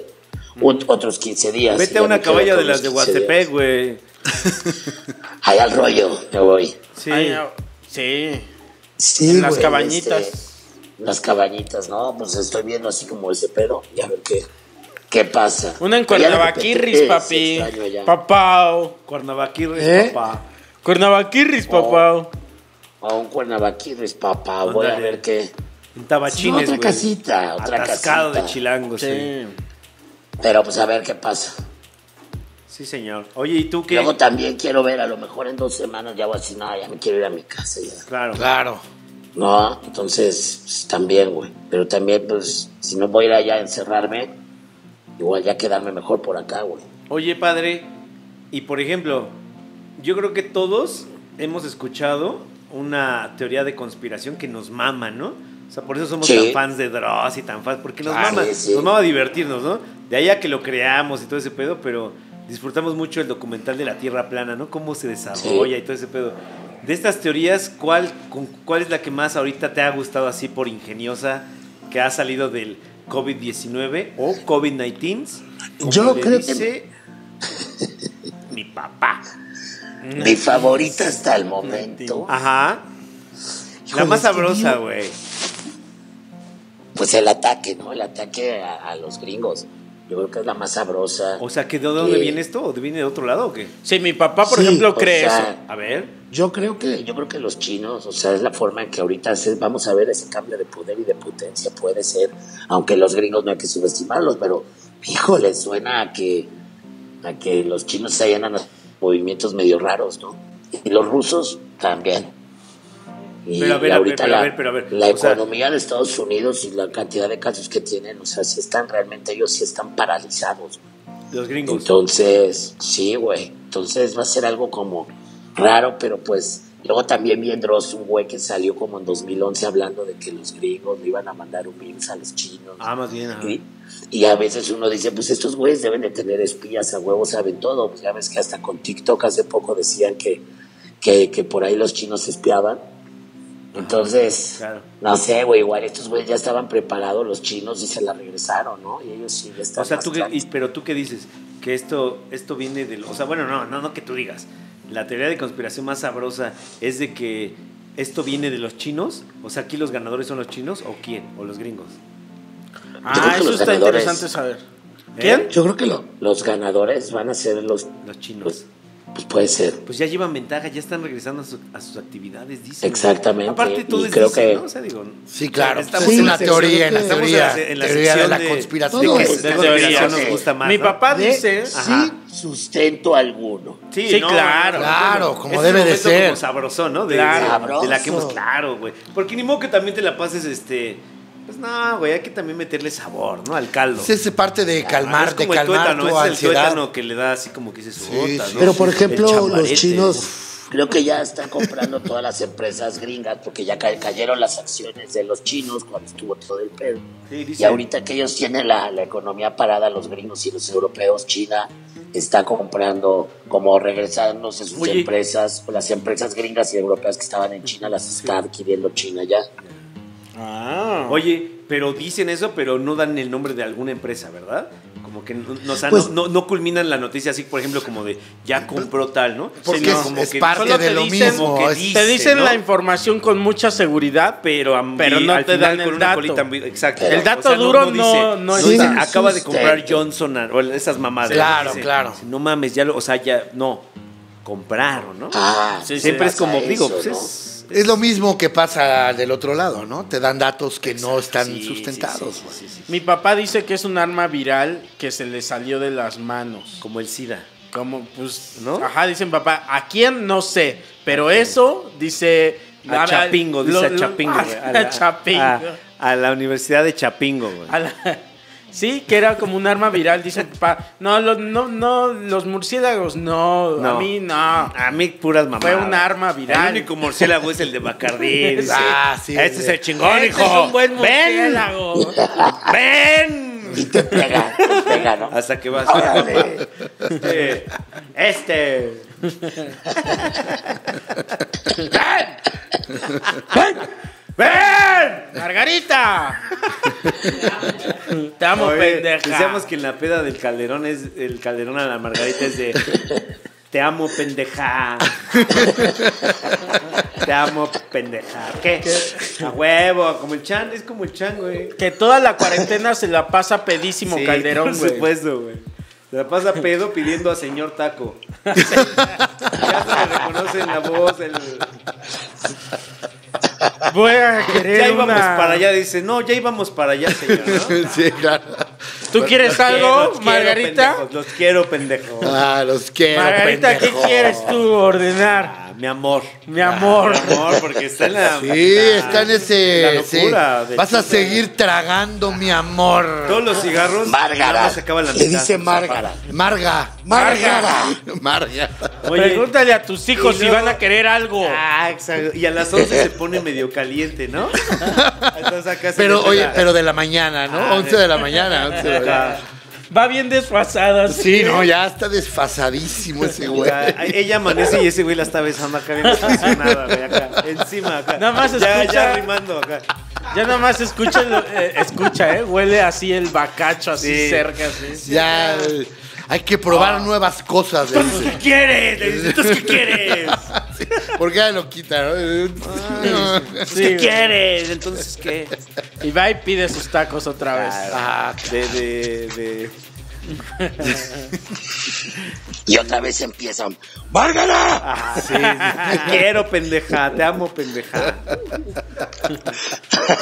[SPEAKER 2] Ut- otros 15 días.
[SPEAKER 1] Vete
[SPEAKER 2] Ya
[SPEAKER 1] a
[SPEAKER 2] me
[SPEAKER 1] una
[SPEAKER 2] quedo
[SPEAKER 1] caballa
[SPEAKER 2] con este,
[SPEAKER 1] de
[SPEAKER 2] los
[SPEAKER 1] las de
[SPEAKER 2] 15 días.
[SPEAKER 1] Huastepec, güey.
[SPEAKER 2] Ahí al rollo, me voy.
[SPEAKER 1] Sí.
[SPEAKER 4] Ay, ah, sí.
[SPEAKER 2] Sí,
[SPEAKER 4] En las güey, cabañitas.
[SPEAKER 2] este, las cabañitas, ¿no? Pues estoy viendo así como ese pedo. Y a ver qué, qué pasa.
[SPEAKER 4] Una en
[SPEAKER 2] Pero ya de
[SPEAKER 4] Cuernavaquirris,
[SPEAKER 2] repente
[SPEAKER 4] papi.
[SPEAKER 2] extraño ya.
[SPEAKER 4] Papau.
[SPEAKER 1] Cuernavaquirres,
[SPEAKER 2] ¿Eh?
[SPEAKER 1] papá.
[SPEAKER 2] Oh,
[SPEAKER 4] Cuernavaquirris, papau.
[SPEAKER 2] A un Cuernavaquirris, papá. Voy a
[SPEAKER 1] Ándale.
[SPEAKER 2] ver qué.
[SPEAKER 1] En
[SPEAKER 2] Sí,
[SPEAKER 1] Tabachines,
[SPEAKER 2] otra
[SPEAKER 1] güey.
[SPEAKER 2] casita, otra
[SPEAKER 1] Atascado
[SPEAKER 2] casita.
[SPEAKER 1] de
[SPEAKER 2] pues
[SPEAKER 1] chilangos, eh. sí.
[SPEAKER 4] Sí.
[SPEAKER 2] Pero pues a ver qué pasa.
[SPEAKER 1] Sí, señor. Oye, ¿y tú qué?
[SPEAKER 2] Luego también quiero ver, a lo mejor en dos semanas ya voy a decir, nada, ya me quiero ir a mi casa ya.
[SPEAKER 1] Claro.
[SPEAKER 3] Claro.
[SPEAKER 2] No, entonces pues, también, güey. Pero también, pues, si no voy a ir allá a encerrarme, igual ya quedarme mejor por acá, güey.
[SPEAKER 1] Oye, padre, y por ejemplo, yo creo que todos hemos escuchado una teoría de conspiración que nos mama, ¿no? O sea, por eso somos
[SPEAKER 2] Sí.
[SPEAKER 1] tan fans de Dross y tan fans, porque nos
[SPEAKER 2] Ah,
[SPEAKER 1] mama,
[SPEAKER 2] sí, sí.
[SPEAKER 1] nos mama divertirnos, ¿no? De allá que lo creamos y todo ese pedo, pero disfrutamos mucho el documental de la Tierra plana, ¿no? Cómo se desarrolla y todo ese pedo. De estas teorías, ¿cuál, con- ¿cuál es la que más ahorita te ha gustado así por ingeniosa que ha salido del COVID-19 o COVID-19? como
[SPEAKER 2] Yo
[SPEAKER 1] le
[SPEAKER 2] creo que-
[SPEAKER 1] dice mi papá. Mm.
[SPEAKER 2] Mi favorita hasta el momento,
[SPEAKER 1] Ajá.
[SPEAKER 2] Híjole,
[SPEAKER 1] La más
[SPEAKER 2] es que
[SPEAKER 1] sabrosa,
[SPEAKER 2] yo-
[SPEAKER 1] güey.
[SPEAKER 2] pues el ataque, ¿no? El ataque a, a los gringos. Yo creo que es la más sabrosa.
[SPEAKER 1] O sea, ¿que ¿de dónde
[SPEAKER 2] Sí.
[SPEAKER 1] viene esto? ¿O viene de otro lado o qué?
[SPEAKER 4] Sí, mi papá, por
[SPEAKER 2] Sí,
[SPEAKER 4] ejemplo,
[SPEAKER 2] o
[SPEAKER 4] cree
[SPEAKER 2] sea,
[SPEAKER 4] eso.
[SPEAKER 1] A ver.
[SPEAKER 2] Yo creo que, yo creo que los chinos, o sea, es la forma en que ahorita se- vamos a ver ese cambio de poder y de potencia, puede ser, aunque los gringos no hay que subestimarlos, pero híjole, suena a que, a que los chinos se hallan a los movimientos medio raros, ¿no? Y los rusos también. Y
[SPEAKER 1] Pero a ver, a ver,
[SPEAKER 2] ahorita
[SPEAKER 1] pero a
[SPEAKER 2] la-
[SPEAKER 1] ver, pero a ver,
[SPEAKER 2] La
[SPEAKER 1] o sea-
[SPEAKER 2] economía de Estados Unidos y la cantidad de casos que tienen, o sea, si están realmente, ellos sí están paralizados.
[SPEAKER 1] Los gringos.
[SPEAKER 2] Entonces, sí, güey. Entonces va a ser algo como raro, pero pues. Luego también vi en Dross un güey que salió como en 2011 hablando de que los griegos le iban a mandar un virus a los chinos.
[SPEAKER 1] ah, más bien. ajá.
[SPEAKER 2] Y, y a veces uno dice, pues estos güeyes deben de tener espías a huevos, saben todo. Pues ya ves que hasta con TikTok hace poco decían que, que, que por ahí los chinos espiaban. Entonces,
[SPEAKER 1] claro.
[SPEAKER 2] no sé, güey, igual estos güeyes ya estaban preparados los chinos y se la regresaron, ¿no? Y ellos sí ya están
[SPEAKER 1] O sea,
[SPEAKER 2] más
[SPEAKER 1] tú qué,
[SPEAKER 2] tranquilos.
[SPEAKER 1] y- pero tú qué dices? Que esto, esto viene del. O sea, bueno, no, no, no que tú digas. La teoría de conspiración más sabrosa es de que esto viene de los chinos. O sea, aquí los ganadores son los chinos o quién? O los gringos.
[SPEAKER 2] creo
[SPEAKER 4] Ah,
[SPEAKER 2] que
[SPEAKER 4] eso
[SPEAKER 2] los
[SPEAKER 4] está
[SPEAKER 2] ganadores-
[SPEAKER 4] interesante saber.
[SPEAKER 1] ¿Eh?
[SPEAKER 4] ¿Quién?
[SPEAKER 2] Yo creo que lo- los ganadores van a ser los,
[SPEAKER 1] Los chinos.
[SPEAKER 2] los- pues puede ser.
[SPEAKER 1] Pues ya llevan ventaja, ya están regresando a, su- a sus actividades, dicen.
[SPEAKER 2] Exactamente,
[SPEAKER 1] Aparte, tú
[SPEAKER 2] y
[SPEAKER 1] les
[SPEAKER 2] creo
[SPEAKER 1] dicen,
[SPEAKER 2] que-
[SPEAKER 1] ¿no? O sea, digo,
[SPEAKER 3] Sí, claro.
[SPEAKER 1] Estamos
[SPEAKER 3] es
[SPEAKER 1] en
[SPEAKER 3] una
[SPEAKER 1] la sección
[SPEAKER 3] teoría,
[SPEAKER 1] de-
[SPEAKER 3] en la
[SPEAKER 1] estamos
[SPEAKER 3] teoría.
[SPEAKER 1] en la- en la
[SPEAKER 3] teoría de
[SPEAKER 1] sección
[SPEAKER 3] la
[SPEAKER 1] de-
[SPEAKER 3] conspiración.
[SPEAKER 2] Todo
[SPEAKER 1] que
[SPEAKER 2] es
[SPEAKER 1] de
[SPEAKER 2] una
[SPEAKER 1] conspiración
[SPEAKER 2] teoría.
[SPEAKER 1] nos gusta más.
[SPEAKER 4] Mi
[SPEAKER 1] ¿no?
[SPEAKER 4] papá
[SPEAKER 3] De-
[SPEAKER 4] dice.
[SPEAKER 1] Ajá.
[SPEAKER 2] Sin sustento alguno.
[SPEAKER 4] Sí,
[SPEAKER 1] Sí,
[SPEAKER 4] no,
[SPEAKER 1] claro.
[SPEAKER 4] no, no.
[SPEAKER 3] Claro, como
[SPEAKER 1] Es
[SPEAKER 3] debe
[SPEAKER 1] un
[SPEAKER 3] de
[SPEAKER 1] momento
[SPEAKER 3] ser.
[SPEAKER 1] Como sabroso, ¿no? De,
[SPEAKER 4] Claro.
[SPEAKER 1] de-
[SPEAKER 2] Sabroso.
[SPEAKER 1] de la que hemos, claro, güey. Porque ni modo que también te la pases, este. Pues no, güey, hay que también meterle sabor, ¿no? Al caldo.
[SPEAKER 3] Es esa parte de calmar,
[SPEAKER 1] Ah, Es como
[SPEAKER 3] de
[SPEAKER 1] el
[SPEAKER 3] calmar
[SPEAKER 1] tuétano,
[SPEAKER 3] tu
[SPEAKER 1] ese es el
[SPEAKER 3] ansiedad.
[SPEAKER 1] tuétano que le da así como que dices,
[SPEAKER 3] Sí,
[SPEAKER 1] "Ota,
[SPEAKER 3] sí,
[SPEAKER 1] ¿no?
[SPEAKER 3] Pero,
[SPEAKER 7] por
[SPEAKER 1] El
[SPEAKER 7] ejemplo, los
[SPEAKER 1] chambarete".
[SPEAKER 7] chinos-
[SPEAKER 2] Creo que ya están comprando todas las empresas gringas porque ya ca- cayeron las acciones de los chinos cuando estuvo todo el pedo.
[SPEAKER 1] Sí,
[SPEAKER 2] Y
[SPEAKER 1] dice,
[SPEAKER 2] ahorita que ellos tienen la, la economía parada, los gringos y los europeos, China está comprando, como regresándose sus
[SPEAKER 1] Oye.
[SPEAKER 2] empresas, las empresas gringas y europeas que estaban en China, las está adquiriendo China ya.
[SPEAKER 4] Ah.
[SPEAKER 1] Oye, pero dicen eso, pero no dan el nombre de alguna empresa, ¿verdad? Como que no, no, o sea,
[SPEAKER 7] Pues-
[SPEAKER 1] no, no- no culminan la noticia así, por ejemplo, como de ya compró tal, ¿no?
[SPEAKER 3] Pues, Porque
[SPEAKER 1] Sino
[SPEAKER 3] es- es parte
[SPEAKER 1] solo
[SPEAKER 3] de
[SPEAKER 1] te
[SPEAKER 3] lo
[SPEAKER 1] dicen
[SPEAKER 3] mismo,
[SPEAKER 1] como que
[SPEAKER 3] es-
[SPEAKER 1] dice,
[SPEAKER 4] Te dicen
[SPEAKER 1] ¿no?
[SPEAKER 4] la información con mucha seguridad,
[SPEAKER 1] pero, a-
[SPEAKER 4] Pero
[SPEAKER 1] y
[SPEAKER 4] no
[SPEAKER 1] al
[SPEAKER 4] te dan
[SPEAKER 1] final con
[SPEAKER 4] el
[SPEAKER 1] una
[SPEAKER 4] dato.
[SPEAKER 1] colita muy- exacto.
[SPEAKER 2] El
[SPEAKER 4] dato duro no- no
[SPEAKER 1] dice,
[SPEAKER 7] está.
[SPEAKER 1] acaba de comprar
[SPEAKER 2] Sustento.
[SPEAKER 1] Johnson, o esas mamadas.
[SPEAKER 3] Claro,
[SPEAKER 1] Dice,
[SPEAKER 3] claro.
[SPEAKER 1] No mames, ya lo, o sea, ya, no, compraron, ¿no?
[SPEAKER 2] Ah,
[SPEAKER 4] Sí,
[SPEAKER 1] Siempre es
[SPEAKER 2] pasa
[SPEAKER 1] como, digo,
[SPEAKER 2] eso,
[SPEAKER 1] pues
[SPEAKER 2] ¿no?
[SPEAKER 1] es...
[SPEAKER 3] Es lo mismo que pasa del otro lado, ¿no? Te dan datos que no están
[SPEAKER 1] Sí, sí,
[SPEAKER 3] sustentados.
[SPEAKER 1] sí,
[SPEAKER 3] güey.
[SPEAKER 1] sí, sí, sí.
[SPEAKER 4] Mi papá dice que es un arma viral que se le salió de las manos.
[SPEAKER 1] Como el SIDA.
[SPEAKER 4] Como, pues,
[SPEAKER 1] ¿No?
[SPEAKER 4] Ajá, dicen papá. ¿A quién? No sé. Pero eso, dice...
[SPEAKER 1] A
[SPEAKER 4] la-
[SPEAKER 1] Chapingo, dice
[SPEAKER 4] lo-
[SPEAKER 1] a ah.
[SPEAKER 4] lo-
[SPEAKER 1] Chapingo,
[SPEAKER 4] a-
[SPEAKER 1] güey.
[SPEAKER 4] a Chapingo.
[SPEAKER 1] A, a la Universidad de Chapingo, güey.
[SPEAKER 4] A la- Sí, que era como un arma viral, dice mi papá. No, lo- no, no, los murciélagos, no,
[SPEAKER 1] No. Ah,
[SPEAKER 4] a mí no.
[SPEAKER 1] A mí puras mamadas.
[SPEAKER 4] Fue un arma viral.
[SPEAKER 1] El único murciélago es el de Bacardí. dice,
[SPEAKER 3] Ah, sí,
[SPEAKER 1] Este
[SPEAKER 3] sí.
[SPEAKER 1] es el chingón,
[SPEAKER 4] Este
[SPEAKER 1] hijo.
[SPEAKER 4] es un buen
[SPEAKER 1] ¡Ven!
[SPEAKER 4] murciélago.
[SPEAKER 1] ¡Ven!
[SPEAKER 2] Ah, Te pega, te pega, ¿no?
[SPEAKER 1] Hasta que vas.
[SPEAKER 2] Órale.
[SPEAKER 1] Este. este. ¡Ven! ¡Ven!
[SPEAKER 4] ¡Margarita! Te amo,
[SPEAKER 1] Oye,
[SPEAKER 4] pendeja.
[SPEAKER 1] Decíamos que en la peda del Calderón es. El Calderón a la Margarita es de. Te amo, pendeja. Te amo, pendeja. ¿Qué? A huevo, como el chan, es como el chan, güey.
[SPEAKER 4] Que toda la cuarentena se la pasa pedísimo
[SPEAKER 1] Sí,
[SPEAKER 4] Calderón,
[SPEAKER 1] Por
[SPEAKER 4] güey.
[SPEAKER 1] supuesto, güey. Se la pasa pedo pidiendo a señor taco. ya se le reconoce en la voz. El...
[SPEAKER 4] Voy a querer
[SPEAKER 1] Ya íbamos
[SPEAKER 4] una-
[SPEAKER 1] para allá, dice. No, ya íbamos para allá, señor. ¿no?
[SPEAKER 3] pues. sí, claro.
[SPEAKER 4] ¿Tú quieres algo,
[SPEAKER 1] Los quiero,
[SPEAKER 4] Margarita?
[SPEAKER 1] pendejos, los quiero, pendejo.
[SPEAKER 3] Ah, los quiero,
[SPEAKER 4] Margarita, ¿qué
[SPEAKER 3] pendejo.
[SPEAKER 4] quieres tú ordenar?
[SPEAKER 1] Ah, mi amor. Ah,
[SPEAKER 4] Mi amor.
[SPEAKER 1] Mi amor, porque está en la.
[SPEAKER 3] Sí,
[SPEAKER 1] la-
[SPEAKER 3] está en
[SPEAKER 1] la
[SPEAKER 3] ese... sí.
[SPEAKER 1] locura de-
[SPEAKER 3] Vas a seguir tragando, mi amor.
[SPEAKER 1] Todos los cigarros. nada
[SPEAKER 2] Márgara.
[SPEAKER 1] más se acaba la
[SPEAKER 2] Le
[SPEAKER 1] mitad.
[SPEAKER 2] dice Márgara.
[SPEAKER 3] Marga.
[SPEAKER 2] Márgara.
[SPEAKER 3] Marga.
[SPEAKER 1] Oye.
[SPEAKER 4] Pregúntale a tus hijos
[SPEAKER 1] Y
[SPEAKER 4] si
[SPEAKER 1] luego-
[SPEAKER 4] van a querer algo.
[SPEAKER 1] Ah, exacto. Y a las 11 se pone medio caliente, ¿no? Entonces acá se Ah,
[SPEAKER 3] Pero,
[SPEAKER 1] mete
[SPEAKER 3] oye,
[SPEAKER 1] la-
[SPEAKER 3] pero de la mañana, ¿no? 11 de la mañana. 11 de la mañana.
[SPEAKER 1] la-
[SPEAKER 4] Va bien desfasada.
[SPEAKER 3] Sí, no, ya está desfasadísimo ese güey.
[SPEAKER 1] la- ella amanece y ese güey la está besando acá bien apasionada, güey, acá. Encima, acá.
[SPEAKER 4] Nada más
[SPEAKER 1] ya,
[SPEAKER 4] escucha-
[SPEAKER 1] ya rimando acá.
[SPEAKER 4] Ya nada más escucha, el- eh, escucha, ¿eh? Huele así el bacacho, así
[SPEAKER 1] Sí. Pues,
[SPEAKER 4] cerca. Así.
[SPEAKER 3] Ya eh, hay que probar nuevas cosas. le
[SPEAKER 1] ¿Entonces
[SPEAKER 3] dice.
[SPEAKER 1] qué quieres? Le dice, ¿entonces Ah. Pues, qué quieres?
[SPEAKER 3] Sí, Porque ya lo quita, ¿no?
[SPEAKER 4] Sí,
[SPEAKER 1] ¿Qué
[SPEAKER 4] güey.
[SPEAKER 1] quieres? Entonces, ¿qué?
[SPEAKER 4] Y va y pide sus tacos otra vez.
[SPEAKER 3] Ah,
[SPEAKER 1] De, de, de...
[SPEAKER 2] Y otra vez empiezan. ¡Márgara!
[SPEAKER 1] Ah, sí. Quiero, pendeja. Te amo, pendeja.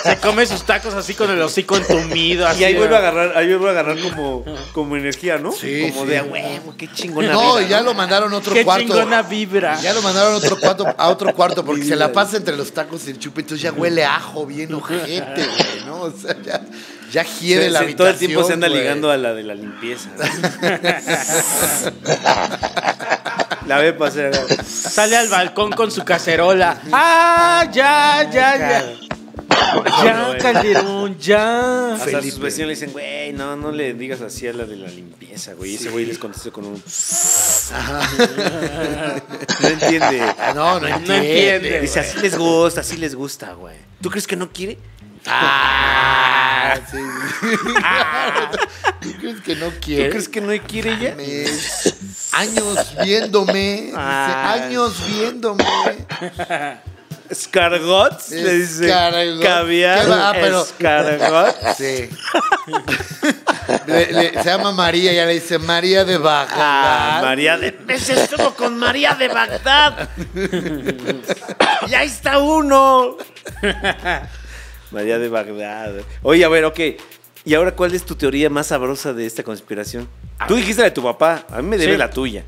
[SPEAKER 4] Se come sus tacos así con el hocico entumido. Así
[SPEAKER 1] Y ahí
[SPEAKER 4] de-
[SPEAKER 1] vuelvo a agarrar, ahí vuelvo a agarrar como, como energía, ¿no?
[SPEAKER 3] Sí,
[SPEAKER 1] como
[SPEAKER 3] sí.
[SPEAKER 1] de a huevo, qué chingona.
[SPEAKER 3] No,
[SPEAKER 1] vida,
[SPEAKER 3] ya lo mandaron a otro
[SPEAKER 4] Qué
[SPEAKER 3] cuarto.
[SPEAKER 4] chingona vibra.
[SPEAKER 3] Ya lo mandaron a otro cuarto, a otro cuarto porque se la pasa entre los tacos y el chupe, entonces ya huele a ajo bien ojete, güey, ¿no? O sea, ya, ya hiede
[SPEAKER 1] Se-
[SPEAKER 3] la
[SPEAKER 1] se-
[SPEAKER 3] habitación.
[SPEAKER 1] Todo el tiempo se anda
[SPEAKER 3] güey.
[SPEAKER 1] ligando a la de la limpieza. ¿no? la ve pasar.
[SPEAKER 4] Sale al balcón con su cacerola. ¡Ah! Ya, ya, ya. Ya, Calderón, ya.
[SPEAKER 1] Hasta sus vecinos le dicen, güey, no, no le digas así a la de la limpieza, güey. Y ese güey les contesta con un. no entiende.
[SPEAKER 3] No, no entiende.
[SPEAKER 4] entiende.
[SPEAKER 1] Dice, así les gusta, así les gusta, güey. ¿Tú crees que no quiere?
[SPEAKER 3] Ah, sí. ¿Tú crees que no
[SPEAKER 1] ¿Tú
[SPEAKER 3] quiere?
[SPEAKER 1] crees que no quiere ella?
[SPEAKER 3] Mes. Años viéndome. dice,
[SPEAKER 1] Ah.
[SPEAKER 3] años viéndome.
[SPEAKER 1] Escargots, le dice.
[SPEAKER 3] Escargots.
[SPEAKER 1] Caviar,
[SPEAKER 3] ¿Qué va? Ah, pero-
[SPEAKER 1] escargots.
[SPEAKER 3] Sí. Le- le- se llama María, ya le dice María de Baja.
[SPEAKER 1] María de.
[SPEAKER 6] Ese estuvo con María de Bagdad. y ahí está uno.
[SPEAKER 1] María de Bagdad. Oye, a ver, ok. ¿Y ahora cuál es tu teoría más sabrosa de esta conspiración? Tú dijiste la de tu papá. A mí me debe
[SPEAKER 4] Sí.
[SPEAKER 1] la tuya.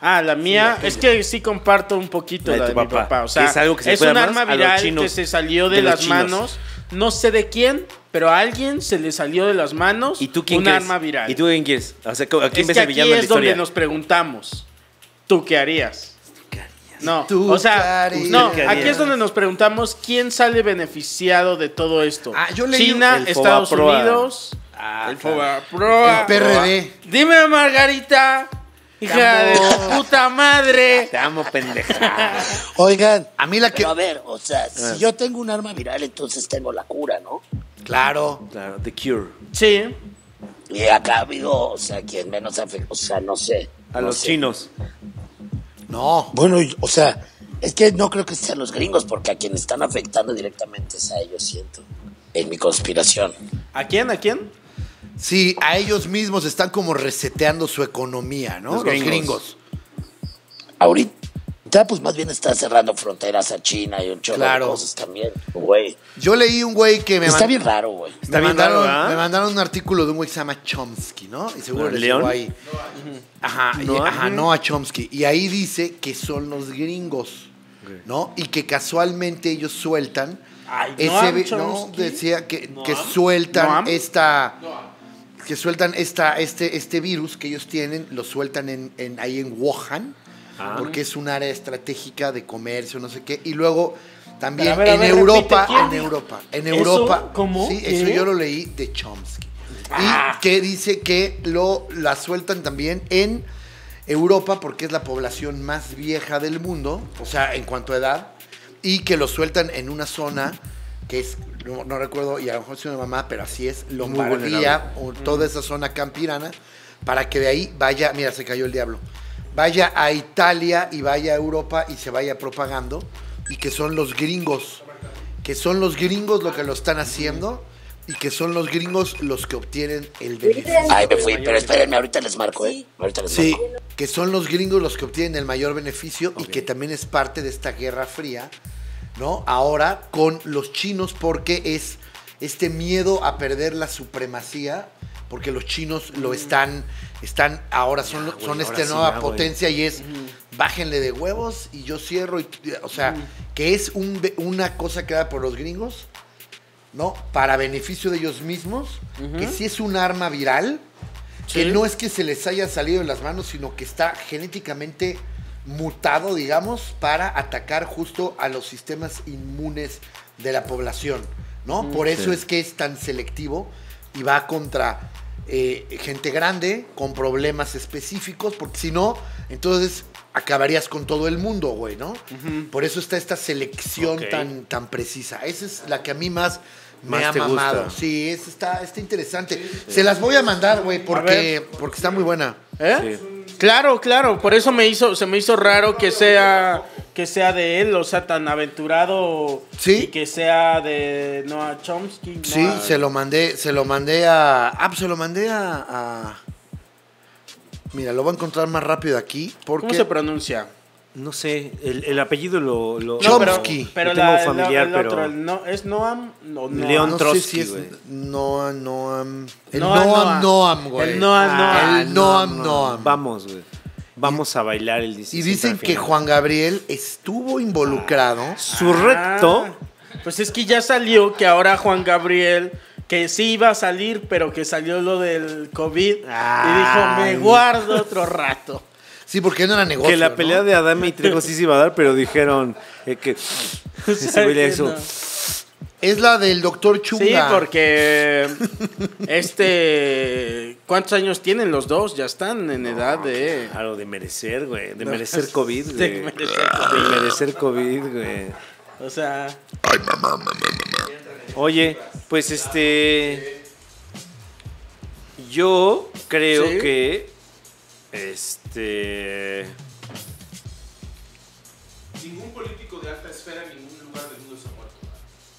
[SPEAKER 4] Ah, la mía, es que sí comparto un poquito
[SPEAKER 1] La
[SPEAKER 4] la
[SPEAKER 1] de
[SPEAKER 4] de,
[SPEAKER 1] tu
[SPEAKER 4] mi
[SPEAKER 1] papá.
[SPEAKER 4] papá. O sea,
[SPEAKER 1] Que es
[SPEAKER 4] es,
[SPEAKER 1] algo que se puede
[SPEAKER 4] un
[SPEAKER 1] más a
[SPEAKER 4] arma
[SPEAKER 1] los
[SPEAKER 4] viral
[SPEAKER 1] chinos,
[SPEAKER 4] que se salió de,
[SPEAKER 1] de los
[SPEAKER 4] las
[SPEAKER 1] chinos.
[SPEAKER 4] manos. No sé de quién, pero a alguien se le salió de las manos
[SPEAKER 1] ¿Y tú quién
[SPEAKER 4] un
[SPEAKER 1] crees?
[SPEAKER 4] arma viral.
[SPEAKER 1] ¿Y tú quién quieres? O sea, ¿a quién
[SPEAKER 4] es
[SPEAKER 1] ves
[SPEAKER 4] que
[SPEAKER 1] el
[SPEAKER 4] aquí
[SPEAKER 1] villano de la
[SPEAKER 4] es donde
[SPEAKER 1] historia?
[SPEAKER 4] nos preguntamos, ¿tú qué harías? No,
[SPEAKER 3] ¿Tú
[SPEAKER 4] o sea,
[SPEAKER 3] qué harías?
[SPEAKER 4] no,
[SPEAKER 1] ¿Usted qué
[SPEAKER 4] aquí
[SPEAKER 1] harías?
[SPEAKER 4] es donde nos preguntamos quién sale beneficiado de todo esto.
[SPEAKER 3] Ah, yo leí
[SPEAKER 4] China,
[SPEAKER 1] el Ah,
[SPEAKER 4] Estados
[SPEAKER 1] Fobaproa.
[SPEAKER 4] Unidos, el Fobaproa.
[SPEAKER 3] El PRD.
[SPEAKER 4] Dime, Margarita, hija de tu puta madre.
[SPEAKER 1] Te amo, pendeja.
[SPEAKER 2] Oigan,
[SPEAKER 3] A mí la que.
[SPEAKER 2] pero a ver, o sea, si yo tengo un arma viral, entonces tengo la cura, ¿no?
[SPEAKER 3] Claro.
[SPEAKER 1] claro, The Cure.
[SPEAKER 4] Sí,
[SPEAKER 2] Y acá ha habido, o sea, quien menos afecta, o sea, no sé.
[SPEAKER 1] A
[SPEAKER 2] no
[SPEAKER 1] los
[SPEAKER 2] sé.
[SPEAKER 1] chinos.
[SPEAKER 3] No.
[SPEAKER 2] Bueno, y- o sea, es que no creo que sean los gringos, porque a quien están afectando directamente es a ellos, siento, en mi conspiración.
[SPEAKER 4] ¿a quién? ¿A quién?
[SPEAKER 3] Sí, a ellos mismos están como reseteando su economía, ¿no?
[SPEAKER 1] Los
[SPEAKER 3] Los,
[SPEAKER 1] gringos.
[SPEAKER 3] gringos.
[SPEAKER 2] Ahorita, pues más bien está cerrando fronteras a China y un chorro
[SPEAKER 3] Claro.
[SPEAKER 2] de cosas también, güey.
[SPEAKER 3] Yo leí un güey que me,
[SPEAKER 2] Está
[SPEAKER 3] man-
[SPEAKER 2] bien raro, güey.
[SPEAKER 3] me
[SPEAKER 1] Está bien raro,
[SPEAKER 3] mandaron,
[SPEAKER 1] ¿verdad?
[SPEAKER 3] me mandaron un artículo de un güey que se llama Chomsky, ¿no? Y seguro
[SPEAKER 1] ¿Ah,
[SPEAKER 3] les
[SPEAKER 1] León?
[SPEAKER 3] llegó ahí. Ajá, y-
[SPEAKER 1] Noah.
[SPEAKER 3] ajá, Noah Chomsky. Y ahí dice que son los gringos, ¿no? Y que casualmente ellos sueltan.
[SPEAKER 4] Ay,
[SPEAKER 3] ese
[SPEAKER 4] Noam
[SPEAKER 3] vi- no,
[SPEAKER 4] Chomsky.
[SPEAKER 3] decía que, que sueltan
[SPEAKER 4] Noam.
[SPEAKER 3] esta. Que sueltan esta, este, este virus que ellos tienen, lo sueltan en, en- ahí en Wuhan,
[SPEAKER 4] Ah.
[SPEAKER 3] porque es un área estratégica de comercio, no sé qué. Y luego también
[SPEAKER 4] Pero a ver, a
[SPEAKER 3] en
[SPEAKER 4] ver,
[SPEAKER 3] Europa,
[SPEAKER 4] repite, ¿quién
[SPEAKER 3] en
[SPEAKER 4] dijo?
[SPEAKER 3] Europa, en
[SPEAKER 4] ¿Eso?
[SPEAKER 3] Europa.
[SPEAKER 4] ¿Cómo?
[SPEAKER 3] Sí, eso
[SPEAKER 4] ¿Qué? Ah.
[SPEAKER 3] yo lo leí de Chomsky. Y que dice que lo, la sueltan también en Europa porque es la población más vieja del mundo, o sea, en cuanto a edad, y que lo sueltan en una zona que es, no, no recuerdo, y a lo mejor soy una mamá, pero así es, Lombardía, o toda esa zona campirana, para que de ahí vaya, mira, se cayó el diablo, vaya a Italia y vaya a Europa y se vaya propagando, y que son los gringos que son los gringos lo que lo están haciendo y que son los gringos los que obtienen el beneficio.
[SPEAKER 2] Ay, me fui, pero espérenme, ahorita les marco, ¿eh? Ahorita les
[SPEAKER 3] Sí,
[SPEAKER 2] marco.
[SPEAKER 3] que son los gringos los que obtienen el mayor beneficio y que también es parte de esta guerra fría, ¿no? Ahora con los chinos porque es este miedo a perder la supremacía, porque los chinos lo están, están ahora son, lo- son
[SPEAKER 1] Mm. güey, ahora
[SPEAKER 3] esta
[SPEAKER 1] sí
[SPEAKER 3] nueva
[SPEAKER 1] ya, güey.
[SPEAKER 3] potencia y es bájenle de huevos y yo cierro, y, o sea, que es un be- una cosa creada por los gringos ¿no? Para beneficio de ellos mismos, que sí es un arma viral, que no es que se les haya salido de las manos, sino que está genéticamente mutado, digamos, para atacar justo a los sistemas inmunes de la población, ¿no?
[SPEAKER 1] Mm,
[SPEAKER 3] Por eso es que es tan selectivo y va contra eh, gente grande con problemas específicos, porque si no, entonces acabarías con todo el mundo, güey, ¿no? Por eso está esta selección
[SPEAKER 4] Ok.
[SPEAKER 3] tan tan precisa. Esa es la que a mí más me
[SPEAKER 1] Más
[SPEAKER 3] ha
[SPEAKER 1] te
[SPEAKER 3] mamado.
[SPEAKER 1] gusta.
[SPEAKER 3] Sí, esa está, está interesante. Se las voy a mandar, güey, porque, porque está muy buena.
[SPEAKER 4] ¿Eh? Claro, claro, por eso me hizo, se me hizo raro que sea que sea de él, o sea, tan aventurado
[SPEAKER 3] Sí.
[SPEAKER 4] y que sea de Noah Chomsky.
[SPEAKER 3] Sí,
[SPEAKER 4] Noah-
[SPEAKER 3] se lo mandé, se lo mandé a. Ah, pues se lo mandé a. a- Mira, lo voy a encontrar más rápido aquí. Porque
[SPEAKER 4] ¿Cómo se pronuncia?
[SPEAKER 1] No sé, el, el apellido lo. lo
[SPEAKER 3] No, pero-
[SPEAKER 1] Chomsky.
[SPEAKER 4] Pero
[SPEAKER 1] lo tengo
[SPEAKER 4] la- la-
[SPEAKER 1] familiar,
[SPEAKER 4] el
[SPEAKER 1] pero.
[SPEAKER 4] otro, el no, ¿es Noam? No, Noah.
[SPEAKER 1] León
[SPEAKER 3] no sé
[SPEAKER 1] Trotsky,
[SPEAKER 3] si es
[SPEAKER 1] güey.
[SPEAKER 3] Noam, Noam. El
[SPEAKER 4] Noam,
[SPEAKER 3] Noam,
[SPEAKER 4] Noam.
[SPEAKER 3] Noam, güey.
[SPEAKER 4] El Noam,
[SPEAKER 3] Ah,
[SPEAKER 4] Noam.
[SPEAKER 3] El Noam, Noam.
[SPEAKER 1] Vamos, güey. Vamos a bailar el 16
[SPEAKER 3] Y dicen
[SPEAKER 1] al
[SPEAKER 3] que
[SPEAKER 1] final.
[SPEAKER 3] Juan Gabriel estuvo involucrado.
[SPEAKER 1] Su
[SPEAKER 4] Ah,
[SPEAKER 1] recto.
[SPEAKER 4] Pues es que ya salió que ahora Juan Gabriel, que sí iba a salir, pero que salió lo del COVID
[SPEAKER 1] Ah.
[SPEAKER 4] y dijo, me guardo otro rato.
[SPEAKER 3] Sí, porque no era negocio.
[SPEAKER 1] que la
[SPEAKER 3] ¿no?
[SPEAKER 1] pelea de Adame y Trejo sí se iba a dar, pero dijeron eh, que. Ese güey
[SPEAKER 4] que
[SPEAKER 1] le hizo-
[SPEAKER 4] no.
[SPEAKER 3] Es la del doctor Chunga.
[SPEAKER 4] Sí, porque este, ¿cuántos años tienen los dos? Ya están en edad de.
[SPEAKER 1] Claro, de merecer, güey. De merecer COVID, güey.
[SPEAKER 4] De
[SPEAKER 1] De
[SPEAKER 4] merecer
[SPEAKER 1] merecer COVID, güey.
[SPEAKER 4] O sea,
[SPEAKER 1] Oye, pues este. Yo creo
[SPEAKER 4] ¿Sí?
[SPEAKER 1] que. Este.
[SPEAKER 5] Ningún político de alta esfera en ningún lugar del mundo se ha muerto.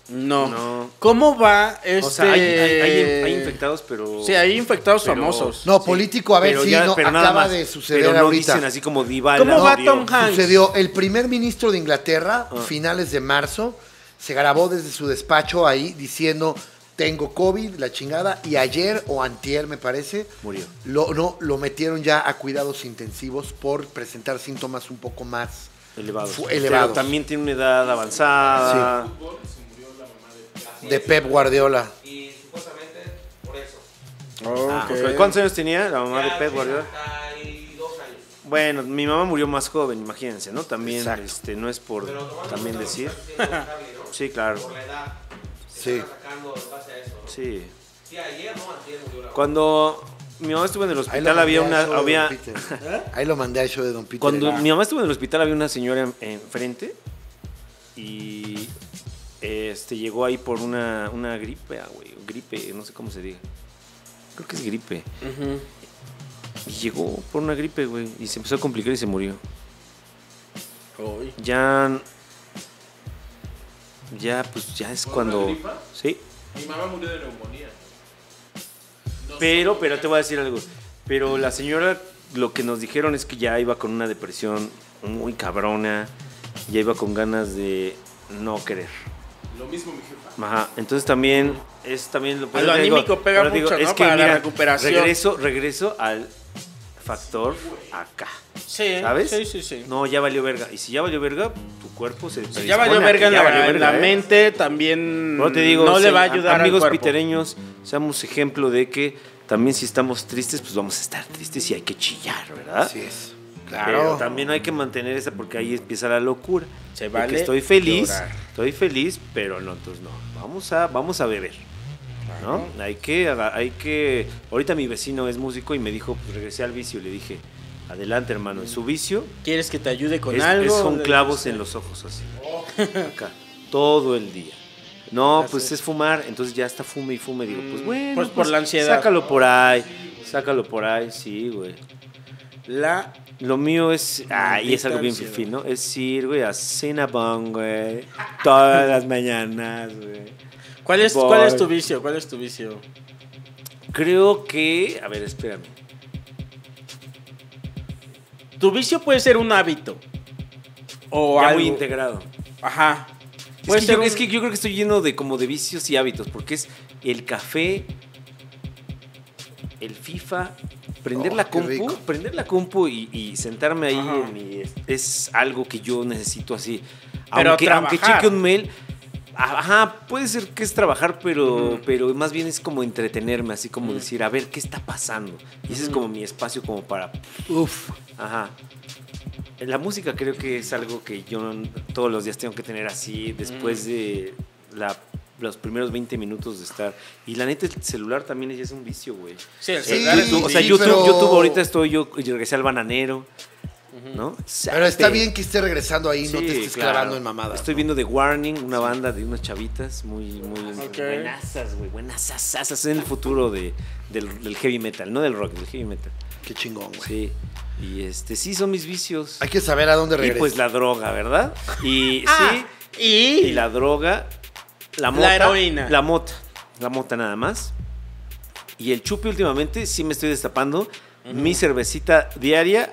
[SPEAKER 4] No.
[SPEAKER 1] No.
[SPEAKER 4] ¿Cómo va este...?
[SPEAKER 1] O sea, hay, hay- hay- hay infectados, pero.
[SPEAKER 4] Sí, hay infectados
[SPEAKER 1] pero-
[SPEAKER 4] famosos.
[SPEAKER 3] No, político, a ver, sí, no, acaba de suceder
[SPEAKER 1] pero no
[SPEAKER 3] ahorita.
[SPEAKER 1] dicen así como Dival.
[SPEAKER 4] ¿Cómo va Tom Hanks?
[SPEAKER 3] Sucedió el primer ministro de Inglaterra,
[SPEAKER 1] Ah.
[SPEAKER 3] finales de marzo, se grabó desde su despacho ahí diciendo, tengo COVID, la chingada, y ayer o antier, me parece,
[SPEAKER 1] Murió.
[SPEAKER 3] Lo, no, lo metieron ya a cuidados intensivos por presentar síntomas un poco más
[SPEAKER 1] Elevados.
[SPEAKER 3] fu- elevados.
[SPEAKER 1] Pero también tiene una edad avanzada.
[SPEAKER 3] de Pep Guardiola.
[SPEAKER 7] Y supuestamente por eso.
[SPEAKER 1] Ah, ok. ¿Cuántos años tenía la mamá de Pep Guardiola?
[SPEAKER 7] 32 años.
[SPEAKER 1] Bueno, mi mamá murió más joven, imagínense, ¿no? También,
[SPEAKER 3] Exacto.
[SPEAKER 1] este, no es por también decir. Sí, claro.
[SPEAKER 3] Sí.
[SPEAKER 7] Sacando en base a eso.
[SPEAKER 1] Sí.
[SPEAKER 7] Sí, ayer no, ayer murió la
[SPEAKER 1] Cuando mi mamá estuvo en
[SPEAKER 3] Ahí
[SPEAKER 1] el
[SPEAKER 3] lo
[SPEAKER 1] hospital
[SPEAKER 3] mandé
[SPEAKER 1] había
[SPEAKER 3] al
[SPEAKER 1] una,
[SPEAKER 3] show de
[SPEAKER 1] había, ¿Eh?
[SPEAKER 3] Don Peter. Ahí lo mandé al show de Don Peter.
[SPEAKER 1] Cuando
[SPEAKER 3] Ah.
[SPEAKER 1] mi mamá estuvo en el hospital había una señora en- enfrente y este llegó ahí por una, una gripe, ah, güey, gripe, no sé cómo se diga. Creo que es gripe. Y llegó por una gripe, güey, y se empezó a complicar y se murió. Ya ya pues ya es
[SPEAKER 5] ¿Por una
[SPEAKER 1] cuando
[SPEAKER 5] gripa?
[SPEAKER 1] sí.
[SPEAKER 5] Mi mamá murió de neumonía. No
[SPEAKER 1] Pero,
[SPEAKER 5] sé.
[SPEAKER 1] pero te voy a decir algo. Pero la señora, lo que nos dijeron es que ya iba con una depresión muy cabrona. Ya iba con ganas de no querer.
[SPEAKER 5] Lo mismo mi jefa.
[SPEAKER 1] Ajá. Entonces también es también lo,
[SPEAKER 4] A lo
[SPEAKER 1] te digo-
[SPEAKER 4] anímico pega
[SPEAKER 1] ahora
[SPEAKER 4] mucho, ¿no? Para la recuperación.
[SPEAKER 1] Regreso, regreso al factor acá.
[SPEAKER 4] Sí,
[SPEAKER 1] ¿Sabes?
[SPEAKER 4] sí, sí, sí.
[SPEAKER 1] No, ya valió verga. Y si ya valió verga, tu cuerpo se.
[SPEAKER 4] Si
[SPEAKER 1] predispone
[SPEAKER 4] ya valió
[SPEAKER 1] a que
[SPEAKER 4] verga en
[SPEAKER 1] ya
[SPEAKER 4] la,
[SPEAKER 1] valió verga,
[SPEAKER 4] la
[SPEAKER 1] ¿eh?
[SPEAKER 4] mente, también
[SPEAKER 1] No te digo,
[SPEAKER 4] no le
[SPEAKER 1] sí,
[SPEAKER 4] va a ayudar
[SPEAKER 1] amigos
[SPEAKER 4] al cuerpo.
[SPEAKER 1] pitereños, seamos ejemplo de que también si estamos tristes, pues vamos a estar tristes y hay que chillar, ¿verdad?
[SPEAKER 3] Así es.
[SPEAKER 1] Pero
[SPEAKER 3] Claro.
[SPEAKER 1] también hay que mantener esa porque ahí empieza la locura.
[SPEAKER 4] Se
[SPEAKER 1] De
[SPEAKER 4] vale
[SPEAKER 1] que estoy feliz,
[SPEAKER 4] llorar.
[SPEAKER 1] estoy feliz, pero no, entonces no. Vamos a, vamos a beber. ¿no? Hay que, aga- hay que. Ahorita mi vecino es músico y me dijo, pues regresé al vicio. Le dije, adelante, hermano, en su vicio
[SPEAKER 4] ¿Quieres que te ayude con
[SPEAKER 1] es,
[SPEAKER 4] algo? Este,
[SPEAKER 1] es con clavos en los ojos, así. Acá. Todo el día. No, pues es fumar. Entonces ya está fume y fume. Digo, pues bueno.
[SPEAKER 4] pues por la ansiedad.
[SPEAKER 1] Sácalo por ahí. Sácalo por ahí, sí, güey.
[SPEAKER 4] La
[SPEAKER 1] Lo mío es. Ah, y es algo bien
[SPEAKER 4] Maldita
[SPEAKER 1] fifí, ¿no? Es ir, güey, a Cinnabon, güey. Todas las mañanas, güey.
[SPEAKER 4] ¿Cuál es,
[SPEAKER 1] Voy.
[SPEAKER 4] ¿Cuál es tu vicio? ¿Cuál es tu vicio?
[SPEAKER 1] Creo que. A ver, espérame.
[SPEAKER 4] Tu vicio puede ser un hábito. O
[SPEAKER 1] Ya
[SPEAKER 4] algo.
[SPEAKER 1] muy integrado.
[SPEAKER 4] Ajá. Puede
[SPEAKER 1] Es que,
[SPEAKER 4] ser
[SPEAKER 1] yo,
[SPEAKER 4] un-
[SPEAKER 1] es que yo creo que estoy lleno de como de vicios y hábitos, porque es el café, el FIFA, prender
[SPEAKER 3] Oh,
[SPEAKER 1] la
[SPEAKER 3] qué
[SPEAKER 1] compu,
[SPEAKER 3] rico.
[SPEAKER 1] prender la compu y, y sentarme ahí
[SPEAKER 4] Ajá.
[SPEAKER 1] en mi- es algo que yo necesito así.
[SPEAKER 4] Pero
[SPEAKER 1] aunque, aunque
[SPEAKER 4] trabajar.
[SPEAKER 1] cheque un mail, ajá, puede ser que es trabajar, pero, pero más bien es como entretenerme, así como decir, a ver, ¿qué está pasando? Y ese es como mi espacio como para
[SPEAKER 3] Uf.
[SPEAKER 1] Ajá. La música creo que es algo que yo no- todos los días tengo que tener así después de la- los primeros 20 minutos de estar. Y la neta, el celular también es, es un vicio, güey.
[SPEAKER 4] Sí, el
[SPEAKER 1] Eh,
[SPEAKER 4] celular es
[SPEAKER 1] YouTube,
[SPEAKER 4] un
[SPEAKER 1] o sea,
[SPEAKER 3] vicio.
[SPEAKER 1] YouTube,
[SPEAKER 3] pero-
[SPEAKER 1] YouTube ahorita estoy yo, yo regresé al bananero, ¿no?
[SPEAKER 3] Pero está
[SPEAKER 1] Sape.
[SPEAKER 3] bien que esté regresando ahí, no
[SPEAKER 1] Este- Sí,
[SPEAKER 3] te estés
[SPEAKER 1] claro.
[SPEAKER 3] clavando en mamadas.
[SPEAKER 1] Estoy
[SPEAKER 3] ¿no?
[SPEAKER 1] viendo The Warning, una banda de unas chavitas muy, muy
[SPEAKER 4] Ok.
[SPEAKER 1] buenasas, güey, buenasasas. Es el futuro de, del, del heavy metal, no del rock, del heavy metal.
[SPEAKER 3] Qué chingón, güey.
[SPEAKER 1] Sí. Y este, sí, son mis vicios.
[SPEAKER 3] Hay que saber a dónde
[SPEAKER 1] Y
[SPEAKER 3] regresar.
[SPEAKER 1] pues la droga, ¿verdad? Y
[SPEAKER 4] Ah,
[SPEAKER 1] sí,
[SPEAKER 4] Y,
[SPEAKER 1] y la droga, la mota.
[SPEAKER 4] heroína.
[SPEAKER 1] La mota, la mota nada más. Y el chupe últimamente sí me estoy destapando. Mi cervecita diaria,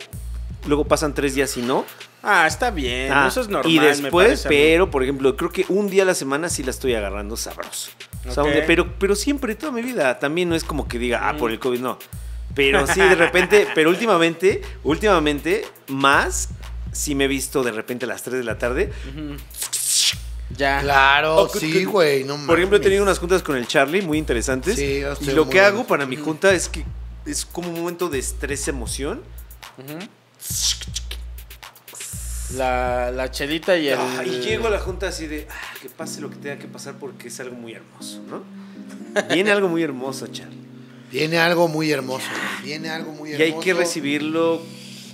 [SPEAKER 1] luego pasan tres días y no.
[SPEAKER 4] Ah, está bien.
[SPEAKER 1] Ah,
[SPEAKER 4] Eso es normal.
[SPEAKER 1] Y
[SPEAKER 4] me
[SPEAKER 1] después,
[SPEAKER 4] parece a mí.
[SPEAKER 1] pero por ejemplo, creo que un día a la semana sí la estoy agarrando sabroso. O sea,
[SPEAKER 4] Ok. Mm.
[SPEAKER 1] un día- pero, pero siempre, toda mi vida. También no es como que diga, ah, por el COVID, no. Pero sí, de repente, pero últimamente, últimamente, más, sí me he visto de repente a las 3 de la tarde.
[SPEAKER 4] Ya.
[SPEAKER 3] Claro,
[SPEAKER 1] Oh, cu-
[SPEAKER 3] sí,
[SPEAKER 1] cu-
[SPEAKER 3] güey, no mames.
[SPEAKER 1] Por ejemplo, he tenido unas juntas con el Charlie muy interesantes.
[SPEAKER 3] Sí, yo
[SPEAKER 1] y
[SPEAKER 3] estoy
[SPEAKER 1] lo
[SPEAKER 3] muy-
[SPEAKER 1] que hago para mi junta es que es como un momento de estrés, emoción.
[SPEAKER 4] La, la chelita y el.
[SPEAKER 1] Ah, y llego a la junta así de, ah, que pase lo que tenga que pasar porque es algo muy hermoso, ¿no? Viene algo muy hermoso, Charlie.
[SPEAKER 3] Viene algo muy hermoso. güey, Viene algo muy
[SPEAKER 1] Y
[SPEAKER 3] hermoso.
[SPEAKER 1] hay que recibirlo.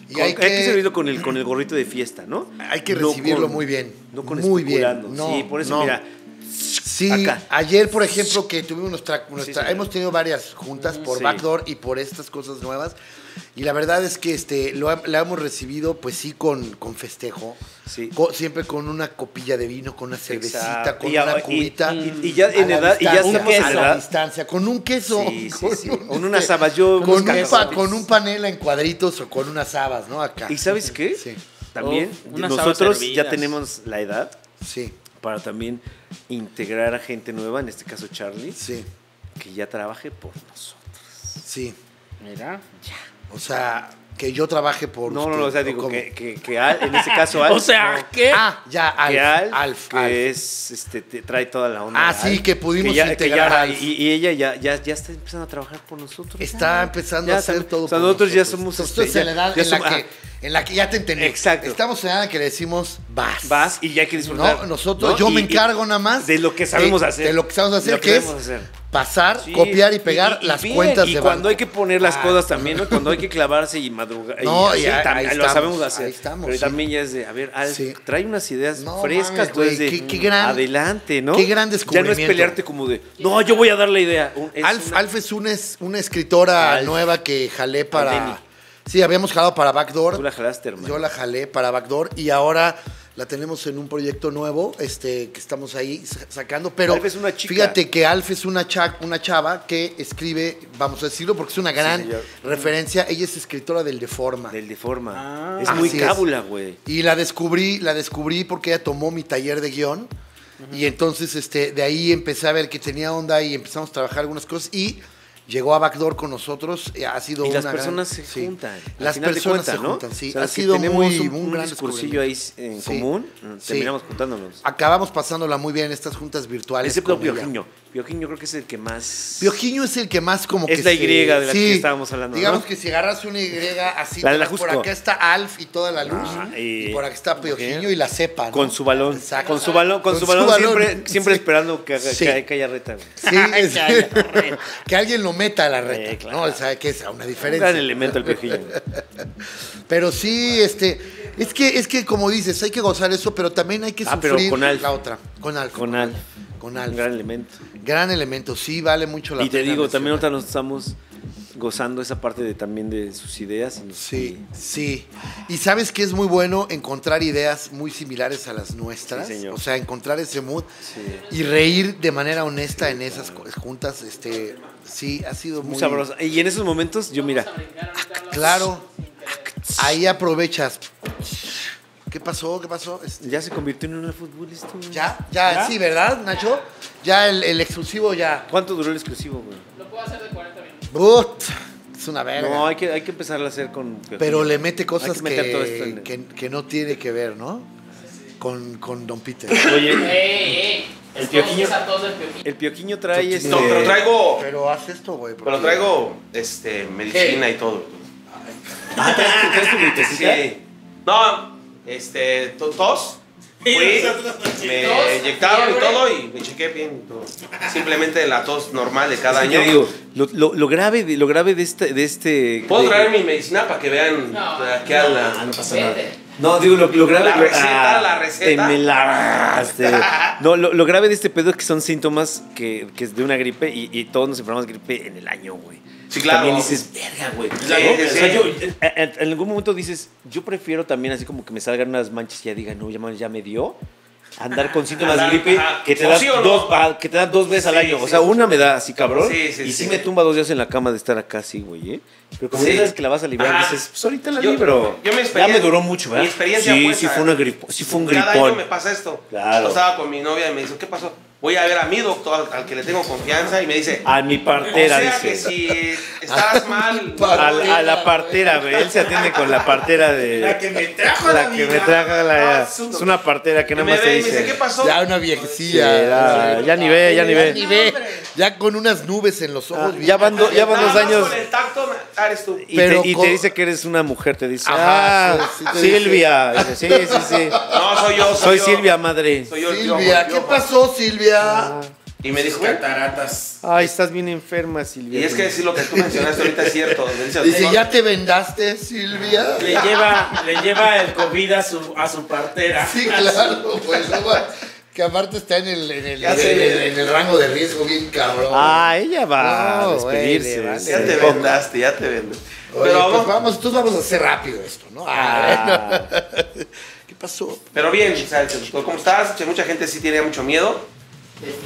[SPEAKER 3] Y
[SPEAKER 1] con-
[SPEAKER 3] hay
[SPEAKER 1] hay, que,
[SPEAKER 3] que-
[SPEAKER 1] servirlo con el, con el gorrito de fiesta, ¿no?
[SPEAKER 3] Hay que
[SPEAKER 1] No
[SPEAKER 3] recibirlo
[SPEAKER 1] con-
[SPEAKER 3] muy bien.
[SPEAKER 1] No con
[SPEAKER 3] muy bien.
[SPEAKER 1] especulando. sí, por eso,
[SPEAKER 3] no.
[SPEAKER 1] mira,
[SPEAKER 3] Sí,
[SPEAKER 1] Acá.
[SPEAKER 3] ayer, por ejemplo, que tuvimos nuestra, nuestra-
[SPEAKER 1] señor.
[SPEAKER 3] hemos tenido varias juntas por
[SPEAKER 1] Sí.
[SPEAKER 3] Backdoor y por estas cosas nuevas. Y la verdad es que este, lo, ha- la hemos recibido, pues sí, con, con festejo.
[SPEAKER 1] Sí.
[SPEAKER 3] Co- siempre con una copilla de vino, con una cervecita,
[SPEAKER 1] Exacto.
[SPEAKER 3] con
[SPEAKER 1] Y a-
[SPEAKER 3] una
[SPEAKER 1] y-
[SPEAKER 3] cubita.
[SPEAKER 1] y- y ya
[SPEAKER 3] a
[SPEAKER 1] en
[SPEAKER 3] la
[SPEAKER 1] edad- y ya
[SPEAKER 3] distancia,
[SPEAKER 1] estamos en
[SPEAKER 3] a la
[SPEAKER 1] edad-
[SPEAKER 3] distancia, con un queso.
[SPEAKER 1] Sí, sí, sí. Con
[SPEAKER 3] este,
[SPEAKER 1] unas habas, yo-
[SPEAKER 3] con,
[SPEAKER 1] unos
[SPEAKER 3] un pa-
[SPEAKER 1] cacahuates.
[SPEAKER 3] con un panela en cuadritos o con unas habas, ¿no? Acá.
[SPEAKER 1] ¿Y sabes qué?
[SPEAKER 3] Sí,
[SPEAKER 1] También
[SPEAKER 4] Oh, unas
[SPEAKER 1] nosotros
[SPEAKER 4] habas
[SPEAKER 1] ya
[SPEAKER 4] hervidas.
[SPEAKER 1] tenemos la edad
[SPEAKER 3] sí,
[SPEAKER 1] para también integrar a gente nueva, en este caso Charlie,
[SPEAKER 3] sí,
[SPEAKER 1] que ya trabaje por nosotros.
[SPEAKER 3] sí.
[SPEAKER 4] Mira.
[SPEAKER 3] O sea, que yo trabaje por.
[SPEAKER 1] No, no,
[SPEAKER 3] usted,
[SPEAKER 1] no, o sea, digo
[SPEAKER 3] ¿cómo?
[SPEAKER 1] que, que, que Al- en este caso Alf.
[SPEAKER 4] O sea,
[SPEAKER 1] no,
[SPEAKER 4] ¿qué?
[SPEAKER 3] Ah, ya, Alf.
[SPEAKER 1] que Alf,
[SPEAKER 3] Alf,
[SPEAKER 1] que
[SPEAKER 3] Alf.
[SPEAKER 1] es, este, te trae toda la onda.
[SPEAKER 3] Ah,
[SPEAKER 1] Alf,
[SPEAKER 3] sí, que pudimos
[SPEAKER 1] ya-
[SPEAKER 3] integrar
[SPEAKER 1] ya-
[SPEAKER 3] a Alf.
[SPEAKER 1] Y, y ella ya, ya, ya está empezando a trabajar por nosotros.
[SPEAKER 3] Está
[SPEAKER 1] ya.
[SPEAKER 3] empezando
[SPEAKER 1] Ya
[SPEAKER 3] a hacer
[SPEAKER 1] también.
[SPEAKER 3] todo.
[SPEAKER 1] O sea,
[SPEAKER 3] por
[SPEAKER 1] nosotros ya
[SPEAKER 3] nosotros.
[SPEAKER 1] somos.
[SPEAKER 3] Esto
[SPEAKER 1] este,
[SPEAKER 3] es en
[SPEAKER 1] ya-
[SPEAKER 3] la edad
[SPEAKER 1] ya
[SPEAKER 3] en la,
[SPEAKER 1] somos-
[SPEAKER 3] que, en la que ya te entendí.
[SPEAKER 1] Exacto.
[SPEAKER 3] Estamos en la edad que le decimos vas.
[SPEAKER 1] ah, vas y ya hay que disfrutar.
[SPEAKER 3] No, nosotros,
[SPEAKER 1] ¿no?
[SPEAKER 3] yo
[SPEAKER 1] Y-
[SPEAKER 3] me
[SPEAKER 1] y-
[SPEAKER 3] encargo nada más.
[SPEAKER 1] de lo que sabemos
[SPEAKER 3] de-
[SPEAKER 1] hacer.
[SPEAKER 3] De lo que sabemos hacer,
[SPEAKER 1] Lo
[SPEAKER 3] que es
[SPEAKER 1] sabemos hacer.
[SPEAKER 3] pasar,
[SPEAKER 1] Sí.
[SPEAKER 3] copiar y pegar las
[SPEAKER 1] bien,
[SPEAKER 3] cuentas
[SPEAKER 1] y
[SPEAKER 3] de
[SPEAKER 1] cuando
[SPEAKER 3] banco.
[SPEAKER 1] hay que poner las
[SPEAKER 3] Ah.
[SPEAKER 1] cosas también, ¿no? cuando hay que clavarse y madrugar.
[SPEAKER 3] No,
[SPEAKER 1] así,
[SPEAKER 3] y ahí-
[SPEAKER 1] también
[SPEAKER 3] ahí
[SPEAKER 1] lo
[SPEAKER 3] estamos,
[SPEAKER 1] sabemos hacer.
[SPEAKER 3] ahí estamos,
[SPEAKER 1] pero
[SPEAKER 3] sí.
[SPEAKER 1] también ya es de, a ver, Alf,
[SPEAKER 3] Sí.
[SPEAKER 1] trae unas ideas
[SPEAKER 3] No
[SPEAKER 1] frescas,
[SPEAKER 3] mames,
[SPEAKER 1] tú eres
[SPEAKER 3] güey,
[SPEAKER 1] de,
[SPEAKER 3] qué- qué gran-
[SPEAKER 1] adelante, ¿no?
[SPEAKER 3] qué gran
[SPEAKER 1] Ya no es
[SPEAKER 3] descubrimiento.
[SPEAKER 1] pelearte como de, no, yo voy a dar la idea. Un- es
[SPEAKER 3] Alf,
[SPEAKER 1] una-
[SPEAKER 3] Alf es una, es una escritora
[SPEAKER 1] Alf.
[SPEAKER 3] nueva que jalé para.
[SPEAKER 1] Aldeni.
[SPEAKER 3] Sí, habíamos jalado para Backdoor.
[SPEAKER 1] Tú la jalaste, hermano.
[SPEAKER 3] Yo la jalé para Backdoor y ahora la tenemos en un proyecto nuevo este, que estamos ahí sa- sacando. Pero
[SPEAKER 1] Alf es una chica.
[SPEAKER 3] fíjate que Alf es una, cha- una chava que escribe, vamos a decirlo porque es una gran
[SPEAKER 1] señor.
[SPEAKER 3] referencia. Ella es escritora del Deforma.
[SPEAKER 1] Del de forma.
[SPEAKER 4] Ah.
[SPEAKER 1] es muy
[SPEAKER 3] Así es.
[SPEAKER 1] cábula, güey.
[SPEAKER 3] Y la descubrí, la descubrí porque ella tomó mi taller de guión. Y entonces este, de ahí empecé a ver que tenía onda y empezamos a trabajar algunas cosas. Y llegó a Backdoor con nosotros. eh, Ha sido
[SPEAKER 1] Y las
[SPEAKER 3] una gran-
[SPEAKER 1] personas se
[SPEAKER 3] sí.
[SPEAKER 1] juntan. al
[SPEAKER 3] Las
[SPEAKER 1] final de
[SPEAKER 3] personas
[SPEAKER 1] cuentas,
[SPEAKER 3] se
[SPEAKER 1] ¿no?
[SPEAKER 3] juntan, sí.
[SPEAKER 1] O sea,
[SPEAKER 3] ha
[SPEAKER 1] si
[SPEAKER 3] sido
[SPEAKER 1] tenemos
[SPEAKER 3] muy,
[SPEAKER 1] un,
[SPEAKER 3] muy
[SPEAKER 1] un
[SPEAKER 3] gran
[SPEAKER 1] discursillo ahí en
[SPEAKER 3] descubrimiento.
[SPEAKER 1] común, eh,
[SPEAKER 3] Sí.
[SPEAKER 1] terminamos juntándonos.
[SPEAKER 3] Acabamos pasándola muy bien en estas juntas virtuales.
[SPEAKER 1] Excepto
[SPEAKER 3] con ella.
[SPEAKER 1] Piojiño. Piojiño creo que es el que más...
[SPEAKER 3] Piojiño es el que más como
[SPEAKER 1] Es
[SPEAKER 3] que
[SPEAKER 1] la
[SPEAKER 3] se-
[SPEAKER 1] Y de la que estábamos hablando,
[SPEAKER 3] Digamos
[SPEAKER 1] ¿no?
[SPEAKER 3] que si agarras una Y así,
[SPEAKER 1] La de la
[SPEAKER 3] por
[SPEAKER 1] Jusco.
[SPEAKER 3] acá está Alf y toda la luz.
[SPEAKER 1] Ah,
[SPEAKER 3] y,
[SPEAKER 1] y-
[SPEAKER 3] por acá está Piojiño y la cepa. ¿no?
[SPEAKER 1] Con su balón.
[SPEAKER 3] Exacto.
[SPEAKER 1] Con su balón, con, su balón, siempre, siempre esperando que, haga-
[SPEAKER 3] Sí.
[SPEAKER 1] que, que haya reta. güey.
[SPEAKER 3] Sí, es- que alguien lo meta a la reta,
[SPEAKER 1] Eh, claro.
[SPEAKER 3] ¿no? O sea, que es una
[SPEAKER 1] Un
[SPEAKER 3] diferencia.
[SPEAKER 1] gran elemento el pejillo.
[SPEAKER 3] Pero sí, este, es que, es que como dices, hay que gozar eso, pero también hay que
[SPEAKER 1] Ah, pero
[SPEAKER 3] sufrir
[SPEAKER 1] con Alf.
[SPEAKER 3] la otra. Con Alf.
[SPEAKER 1] Con Alf.
[SPEAKER 3] Con
[SPEAKER 1] Un
[SPEAKER 3] Alf.
[SPEAKER 1] gran elemento.
[SPEAKER 3] Gran elemento, sí, vale mucho la
[SPEAKER 1] Y te
[SPEAKER 3] pena
[SPEAKER 1] digo,
[SPEAKER 3] mencionar.
[SPEAKER 1] también ahorita nos estamos gozando esa parte de también de sus ideas. y nos-
[SPEAKER 3] Sí, sí. Y sabes que es muy bueno encontrar ideas muy similares a las nuestras.
[SPEAKER 1] Sí, señor.
[SPEAKER 3] O sea, encontrar ese mood
[SPEAKER 1] Sí.
[SPEAKER 3] y reír de manera honesta en esas co- juntas. Este, sí, ha sido muy,
[SPEAKER 1] Muy sabrosa. Y en esos momentos, yo mira,
[SPEAKER 3] Claro. Ahí aprovechas. ¿Qué pasó? ¿Qué pasó? Este,
[SPEAKER 1] ya se convirtió en un futbolista. güey.
[SPEAKER 3] ¿Ya? ¿Ya? Sí, ¿verdad, Nacho? Ya el, el exclusivo ya.
[SPEAKER 1] ¿Cuánto duró el exclusivo, güey?
[SPEAKER 3] But, es una verga.
[SPEAKER 1] No, hay que, hay que empezar a hacer con.
[SPEAKER 3] Pero le mete cosas
[SPEAKER 1] Hay
[SPEAKER 3] que,
[SPEAKER 1] que meter todo esto en-
[SPEAKER 3] que- que no tiene que ver, ¿no? Con, con Don Peter.
[SPEAKER 1] Oye,
[SPEAKER 8] ¡Ey, ey!
[SPEAKER 1] El piojiño.
[SPEAKER 8] Esa tos del piojiño.
[SPEAKER 1] el pioquiño trae este.
[SPEAKER 3] Sí.
[SPEAKER 5] No, pero traigo.
[SPEAKER 3] Pero haz esto, güey. porque-
[SPEAKER 5] Pero traigo este, medicina y todo.
[SPEAKER 1] ¿Traes tu vueltecita?
[SPEAKER 5] Sí. No, este, to- tos. Fui,
[SPEAKER 8] Tos,
[SPEAKER 5] me inyectaron y
[SPEAKER 8] fiebre.
[SPEAKER 5] todo y me chequé bien. y todo. Simplemente la tos normal de cada
[SPEAKER 1] Es que
[SPEAKER 5] año.
[SPEAKER 1] te digo, lo, lo- lo grave de, lo grave de este. De este
[SPEAKER 5] ¿Puedo
[SPEAKER 1] de-
[SPEAKER 5] traer mi medicina para que vean
[SPEAKER 8] No.
[SPEAKER 5] a qué habla?
[SPEAKER 8] Vete.
[SPEAKER 1] No, digo, lo, lo grave.
[SPEAKER 5] La
[SPEAKER 1] lo- ah,
[SPEAKER 5] receta, la receta.
[SPEAKER 1] Te me largaste. No, lo, lo grave de este pedo es que son síntomas que, que es de una gripe y, y todos nos enfermamos de gripe en el año, güey.
[SPEAKER 5] Sí, claro.
[SPEAKER 1] También dices, verga, güey.
[SPEAKER 5] Sí, sí,
[SPEAKER 1] O sea,
[SPEAKER 5] sí.
[SPEAKER 1] yo- en, en- en algún momento dices, yo prefiero también así como que me salgan unas manchas y ya diga, no, ya, me- ya me dio. Andar con síntomas de
[SPEAKER 5] Ajá,
[SPEAKER 1] gripe
[SPEAKER 5] ajá.
[SPEAKER 1] que te,
[SPEAKER 5] ¿O
[SPEAKER 1] das
[SPEAKER 5] sí o no?
[SPEAKER 1] dos, ah, que te dan dos veces al
[SPEAKER 5] Sí,
[SPEAKER 1] año. O
[SPEAKER 5] sí.
[SPEAKER 1] sea, una me da así, cabrón.
[SPEAKER 5] Sí, sí,
[SPEAKER 1] y sí,
[SPEAKER 5] sí.
[SPEAKER 1] me tumba dos días en la cama de estar acá, sí, güey. ¿eh? Pero como
[SPEAKER 5] Sí.
[SPEAKER 1] ya sabes que la vas a liberar,
[SPEAKER 5] Ajá.
[SPEAKER 1] dices, pues ahorita la
[SPEAKER 5] Yo-
[SPEAKER 1] libro.
[SPEAKER 5] yo mi
[SPEAKER 1] ya
[SPEAKER 5] experiencia-
[SPEAKER 1] me duró mucho, ¿verdad?
[SPEAKER 5] mi experiencia
[SPEAKER 1] sí,
[SPEAKER 5] fue
[SPEAKER 1] sí
[SPEAKER 5] esa.
[SPEAKER 1] fue, una gripo, sí fue un
[SPEAKER 5] Cada año
[SPEAKER 1] gripón.
[SPEAKER 5] me pasa esto.
[SPEAKER 1] Claro.
[SPEAKER 5] Yo estaba con mi novia y me dice, ¿qué pasó? Voy a ver a mi doctor, al que le tengo confianza, y me dice,
[SPEAKER 1] A mi
[SPEAKER 5] o
[SPEAKER 1] partera,
[SPEAKER 5] sea que
[SPEAKER 1] dice.
[SPEAKER 5] si estás mal,
[SPEAKER 1] A, la- a la partera, güey. Él se atiende con la partera de. La que me trajo la. que me trajo la. Es una partera que
[SPEAKER 5] que
[SPEAKER 1] nada
[SPEAKER 5] me
[SPEAKER 1] más te
[SPEAKER 5] ve y me dice, ¿qué
[SPEAKER 1] dice.
[SPEAKER 5] pasó?
[SPEAKER 3] Ya una
[SPEAKER 1] "Sí, era-
[SPEAKER 3] viejecilla.
[SPEAKER 1] ya ni ve, ya ni
[SPEAKER 3] Ya
[SPEAKER 1] ve.
[SPEAKER 3] ni ve. Ya con unas nubes en los
[SPEAKER 1] Ah,
[SPEAKER 3] ojos.
[SPEAKER 1] ya van, do- ya van
[SPEAKER 5] Nada
[SPEAKER 1] dos
[SPEAKER 5] más
[SPEAKER 1] años.
[SPEAKER 5] Con el tacto, ah, eres tú.
[SPEAKER 1] Y,
[SPEAKER 3] Pero
[SPEAKER 1] te, y
[SPEAKER 3] con-
[SPEAKER 1] te dice que eres una mujer, te dice,
[SPEAKER 3] Ajá,
[SPEAKER 1] ah,
[SPEAKER 3] sí, sí te dice.
[SPEAKER 1] Silvia. Dice, sí, sí, sí.
[SPEAKER 5] No, soy yo.
[SPEAKER 1] Soy
[SPEAKER 5] yo.
[SPEAKER 1] Silvia, madre.
[SPEAKER 5] Soy yo Ah. el
[SPEAKER 3] Silvia,
[SPEAKER 5] piojo,
[SPEAKER 3] ¿qué
[SPEAKER 5] el piojo.
[SPEAKER 3] pasó, Silvia?
[SPEAKER 5] Y me dijo, "Güey,
[SPEAKER 1] Ay, estás bien enferma, Silvia.
[SPEAKER 5] y es que decir lo que tú mencionaste ahorita es cierto. Me dice,
[SPEAKER 3] Dice,
[SPEAKER 5] "No,
[SPEAKER 3] ¿ya te vendaste, Silvia?
[SPEAKER 6] Le lleva, le lleva el COVID a su, a su partera.
[SPEAKER 3] Sí, claro, güey. no va- que aparte está en el, en el,
[SPEAKER 5] Ya sé.
[SPEAKER 3] en el- en el rango de riesgo bien cabrón.
[SPEAKER 1] Ah, ella va a
[SPEAKER 3] No, güey,
[SPEAKER 1] despedirse.
[SPEAKER 3] le vale.
[SPEAKER 5] Ya te
[SPEAKER 1] Con-
[SPEAKER 5] vendaste, ya te vendaste.
[SPEAKER 3] Oye,
[SPEAKER 5] pero,
[SPEAKER 3] pues
[SPEAKER 5] vamos,
[SPEAKER 3] vamos, entonces vamos a hacer rápido esto, ¿no? Ah, no. ¿Qué pasó?
[SPEAKER 5] pero bien, Sánchez, ¿cómo estás? Que mucha gente sí tiene mucho miedo.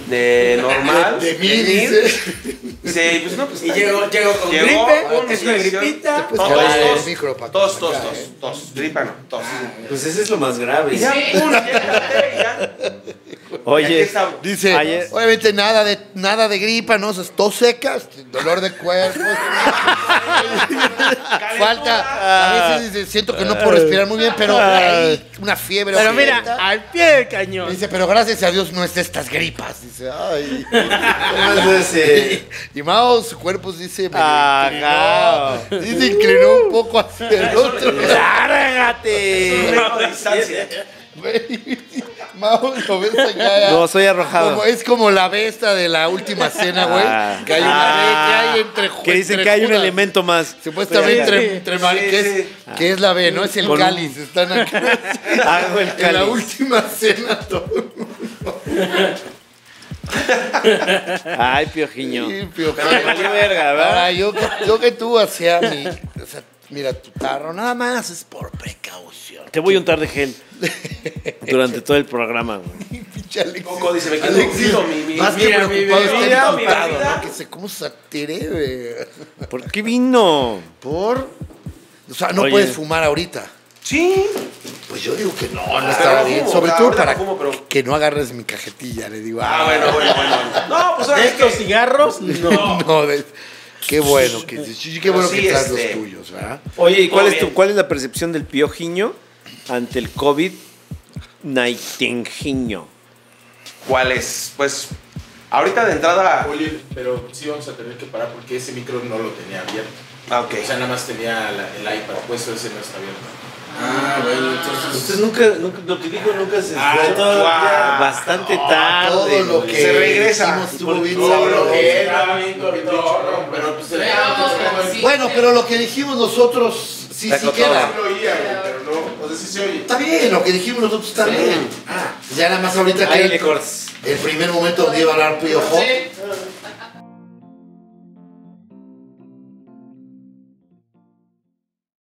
[SPEAKER 5] De normal.
[SPEAKER 3] De mí,
[SPEAKER 5] venir.
[SPEAKER 3] dice.
[SPEAKER 5] Dice, pues no, pues.
[SPEAKER 6] Y llegó, llegó con
[SPEAKER 5] Llegó
[SPEAKER 6] gripe,
[SPEAKER 5] con
[SPEAKER 6] es una
[SPEAKER 5] infección.
[SPEAKER 6] gripita.
[SPEAKER 3] Pues,
[SPEAKER 5] Tos,
[SPEAKER 3] caray,
[SPEAKER 5] tos,
[SPEAKER 3] el micro para
[SPEAKER 5] Tos,
[SPEAKER 3] acá,
[SPEAKER 5] tos,
[SPEAKER 3] ¿eh?
[SPEAKER 5] tos, tos. Gripa no, tos.
[SPEAKER 1] Pues ese es lo más grave.
[SPEAKER 5] Y ya, pum, ya, ya. Y aquí
[SPEAKER 1] Oye,
[SPEAKER 5] estamos.
[SPEAKER 3] Dice,
[SPEAKER 1] Ayer-
[SPEAKER 3] obviamente nada de, nada de gripa, ¿no? O sea, tos secas, dolor de cuerpo. Falta, a veces dice, siento que no puedo respirar muy bien, pero ay, una fiebre.
[SPEAKER 4] Pero
[SPEAKER 3] horrible.
[SPEAKER 4] mira, ah. al pie del cañón.
[SPEAKER 3] Dice, pero gracias a Dios no es de estas gripas. Dice, ay.
[SPEAKER 1] entonces,
[SPEAKER 3] Y Mao, su cuerpo sí se medio
[SPEAKER 1] Ajá.
[SPEAKER 3] inclinó. Sí se inclinó un poco hacia el otro.
[SPEAKER 1] ¡Lárgate!
[SPEAKER 5] Metro de distancia.
[SPEAKER 3] Güey. Mao, lo ves acá.
[SPEAKER 1] No, soy arrojado.
[SPEAKER 3] Como- es como la besta de la última cena, güey.
[SPEAKER 1] Ah.
[SPEAKER 3] que hay una
[SPEAKER 1] Ah.
[SPEAKER 3] B, que hay entre
[SPEAKER 1] Que dicen
[SPEAKER 3] entre
[SPEAKER 1] que hay un
[SPEAKER 3] judas.
[SPEAKER 1] elemento más.
[SPEAKER 3] Supuestamente entre, entre mar-
[SPEAKER 5] Sí,
[SPEAKER 3] que, es,
[SPEAKER 5] sí.
[SPEAKER 3] que es la B, ¿no? Es el
[SPEAKER 1] Con un-
[SPEAKER 3] cáliz. Están acá.
[SPEAKER 1] Hago el
[SPEAKER 3] En la
[SPEAKER 1] cáliz.
[SPEAKER 3] última cena todo.
[SPEAKER 1] Ay, piojiño.
[SPEAKER 3] limpio,
[SPEAKER 1] Pero me valió verga, ¿verdad?
[SPEAKER 3] Ahora, yo, que- yo que tú hacía mi. o sea, mira, tu tarro nada más es por precaución.
[SPEAKER 1] Te voy a untar de gel durante todo el programa. güey.
[SPEAKER 3] Pinche Alexis.
[SPEAKER 5] Coco dice, me quedo
[SPEAKER 3] Alexis,
[SPEAKER 5] dormido, mi- mi-
[SPEAKER 3] más que
[SPEAKER 4] mira, mi
[SPEAKER 3] preocupado está
[SPEAKER 5] bebida, mi
[SPEAKER 3] emputado,
[SPEAKER 5] bebida.
[SPEAKER 3] ¿no? Que se, ¿Cómo se atreve?
[SPEAKER 1] ¿Por qué vino?
[SPEAKER 3] Por. O sea, no
[SPEAKER 1] Oye.
[SPEAKER 3] puedes fumar ahorita.
[SPEAKER 5] Sí.
[SPEAKER 3] Pues yo digo que no, no estaba
[SPEAKER 5] no
[SPEAKER 3] bien.
[SPEAKER 5] fumo,
[SPEAKER 3] Sobre
[SPEAKER 5] o sea,
[SPEAKER 3] todo
[SPEAKER 5] ahorita
[SPEAKER 3] para
[SPEAKER 5] no fumo, pero-
[SPEAKER 3] que no agarres mi cajetilla, le digo.
[SPEAKER 5] Ah, bueno, bueno, bueno. bueno. No, pues ahora
[SPEAKER 4] ¿De
[SPEAKER 5] es que.
[SPEAKER 4] estos cigarros? No.
[SPEAKER 3] No, de- qué bueno que qué bueno
[SPEAKER 5] sí,
[SPEAKER 3] que traes
[SPEAKER 5] este-
[SPEAKER 3] los tuyos, ¿verdad?
[SPEAKER 1] Oye, ¿y cuál
[SPEAKER 5] Todo
[SPEAKER 1] es, tu,
[SPEAKER 5] bien.
[SPEAKER 1] cuál es la percepción del piojiño ante el COVID-19?
[SPEAKER 5] ¿Cuál es? Pues, ahorita de entrada.
[SPEAKER 9] Oye, pero sí vamos a tener que parar porque ese micro no lo tenía abierto.
[SPEAKER 5] Ah, ok.
[SPEAKER 9] O sea, nada más tenía la- el iPad, pues ese no está abierto.
[SPEAKER 6] Ah, bueno, entonces.
[SPEAKER 1] Entonces nunca, nunca- lo que digo nunca se
[SPEAKER 5] Ah,
[SPEAKER 1] escuchó.
[SPEAKER 5] todo-
[SPEAKER 1] Ah, Bastante tarde.
[SPEAKER 3] Todo lo
[SPEAKER 1] güey.
[SPEAKER 3] que
[SPEAKER 5] Se regresa.
[SPEAKER 3] hicimos estuvo bien
[SPEAKER 9] No,
[SPEAKER 3] sabroso.
[SPEAKER 9] lo que era bien coquetorro, pero pues
[SPEAKER 8] Pero,
[SPEAKER 9] era-
[SPEAKER 8] sí.
[SPEAKER 3] Bueno, pero lo que dijimos nosotros sí, sí
[SPEAKER 5] Sacó
[SPEAKER 9] Sí
[SPEAKER 3] queda.
[SPEAKER 9] lo oía, güey, pero no, o sea, sí se oye.
[SPEAKER 3] Está bien, lo que dijimos nosotros está bien. Ah, ya nada más ahorita
[SPEAKER 1] Ahí
[SPEAKER 3] que
[SPEAKER 1] le cortas.
[SPEAKER 3] el primer momento donde iba a hablar Pío Hop,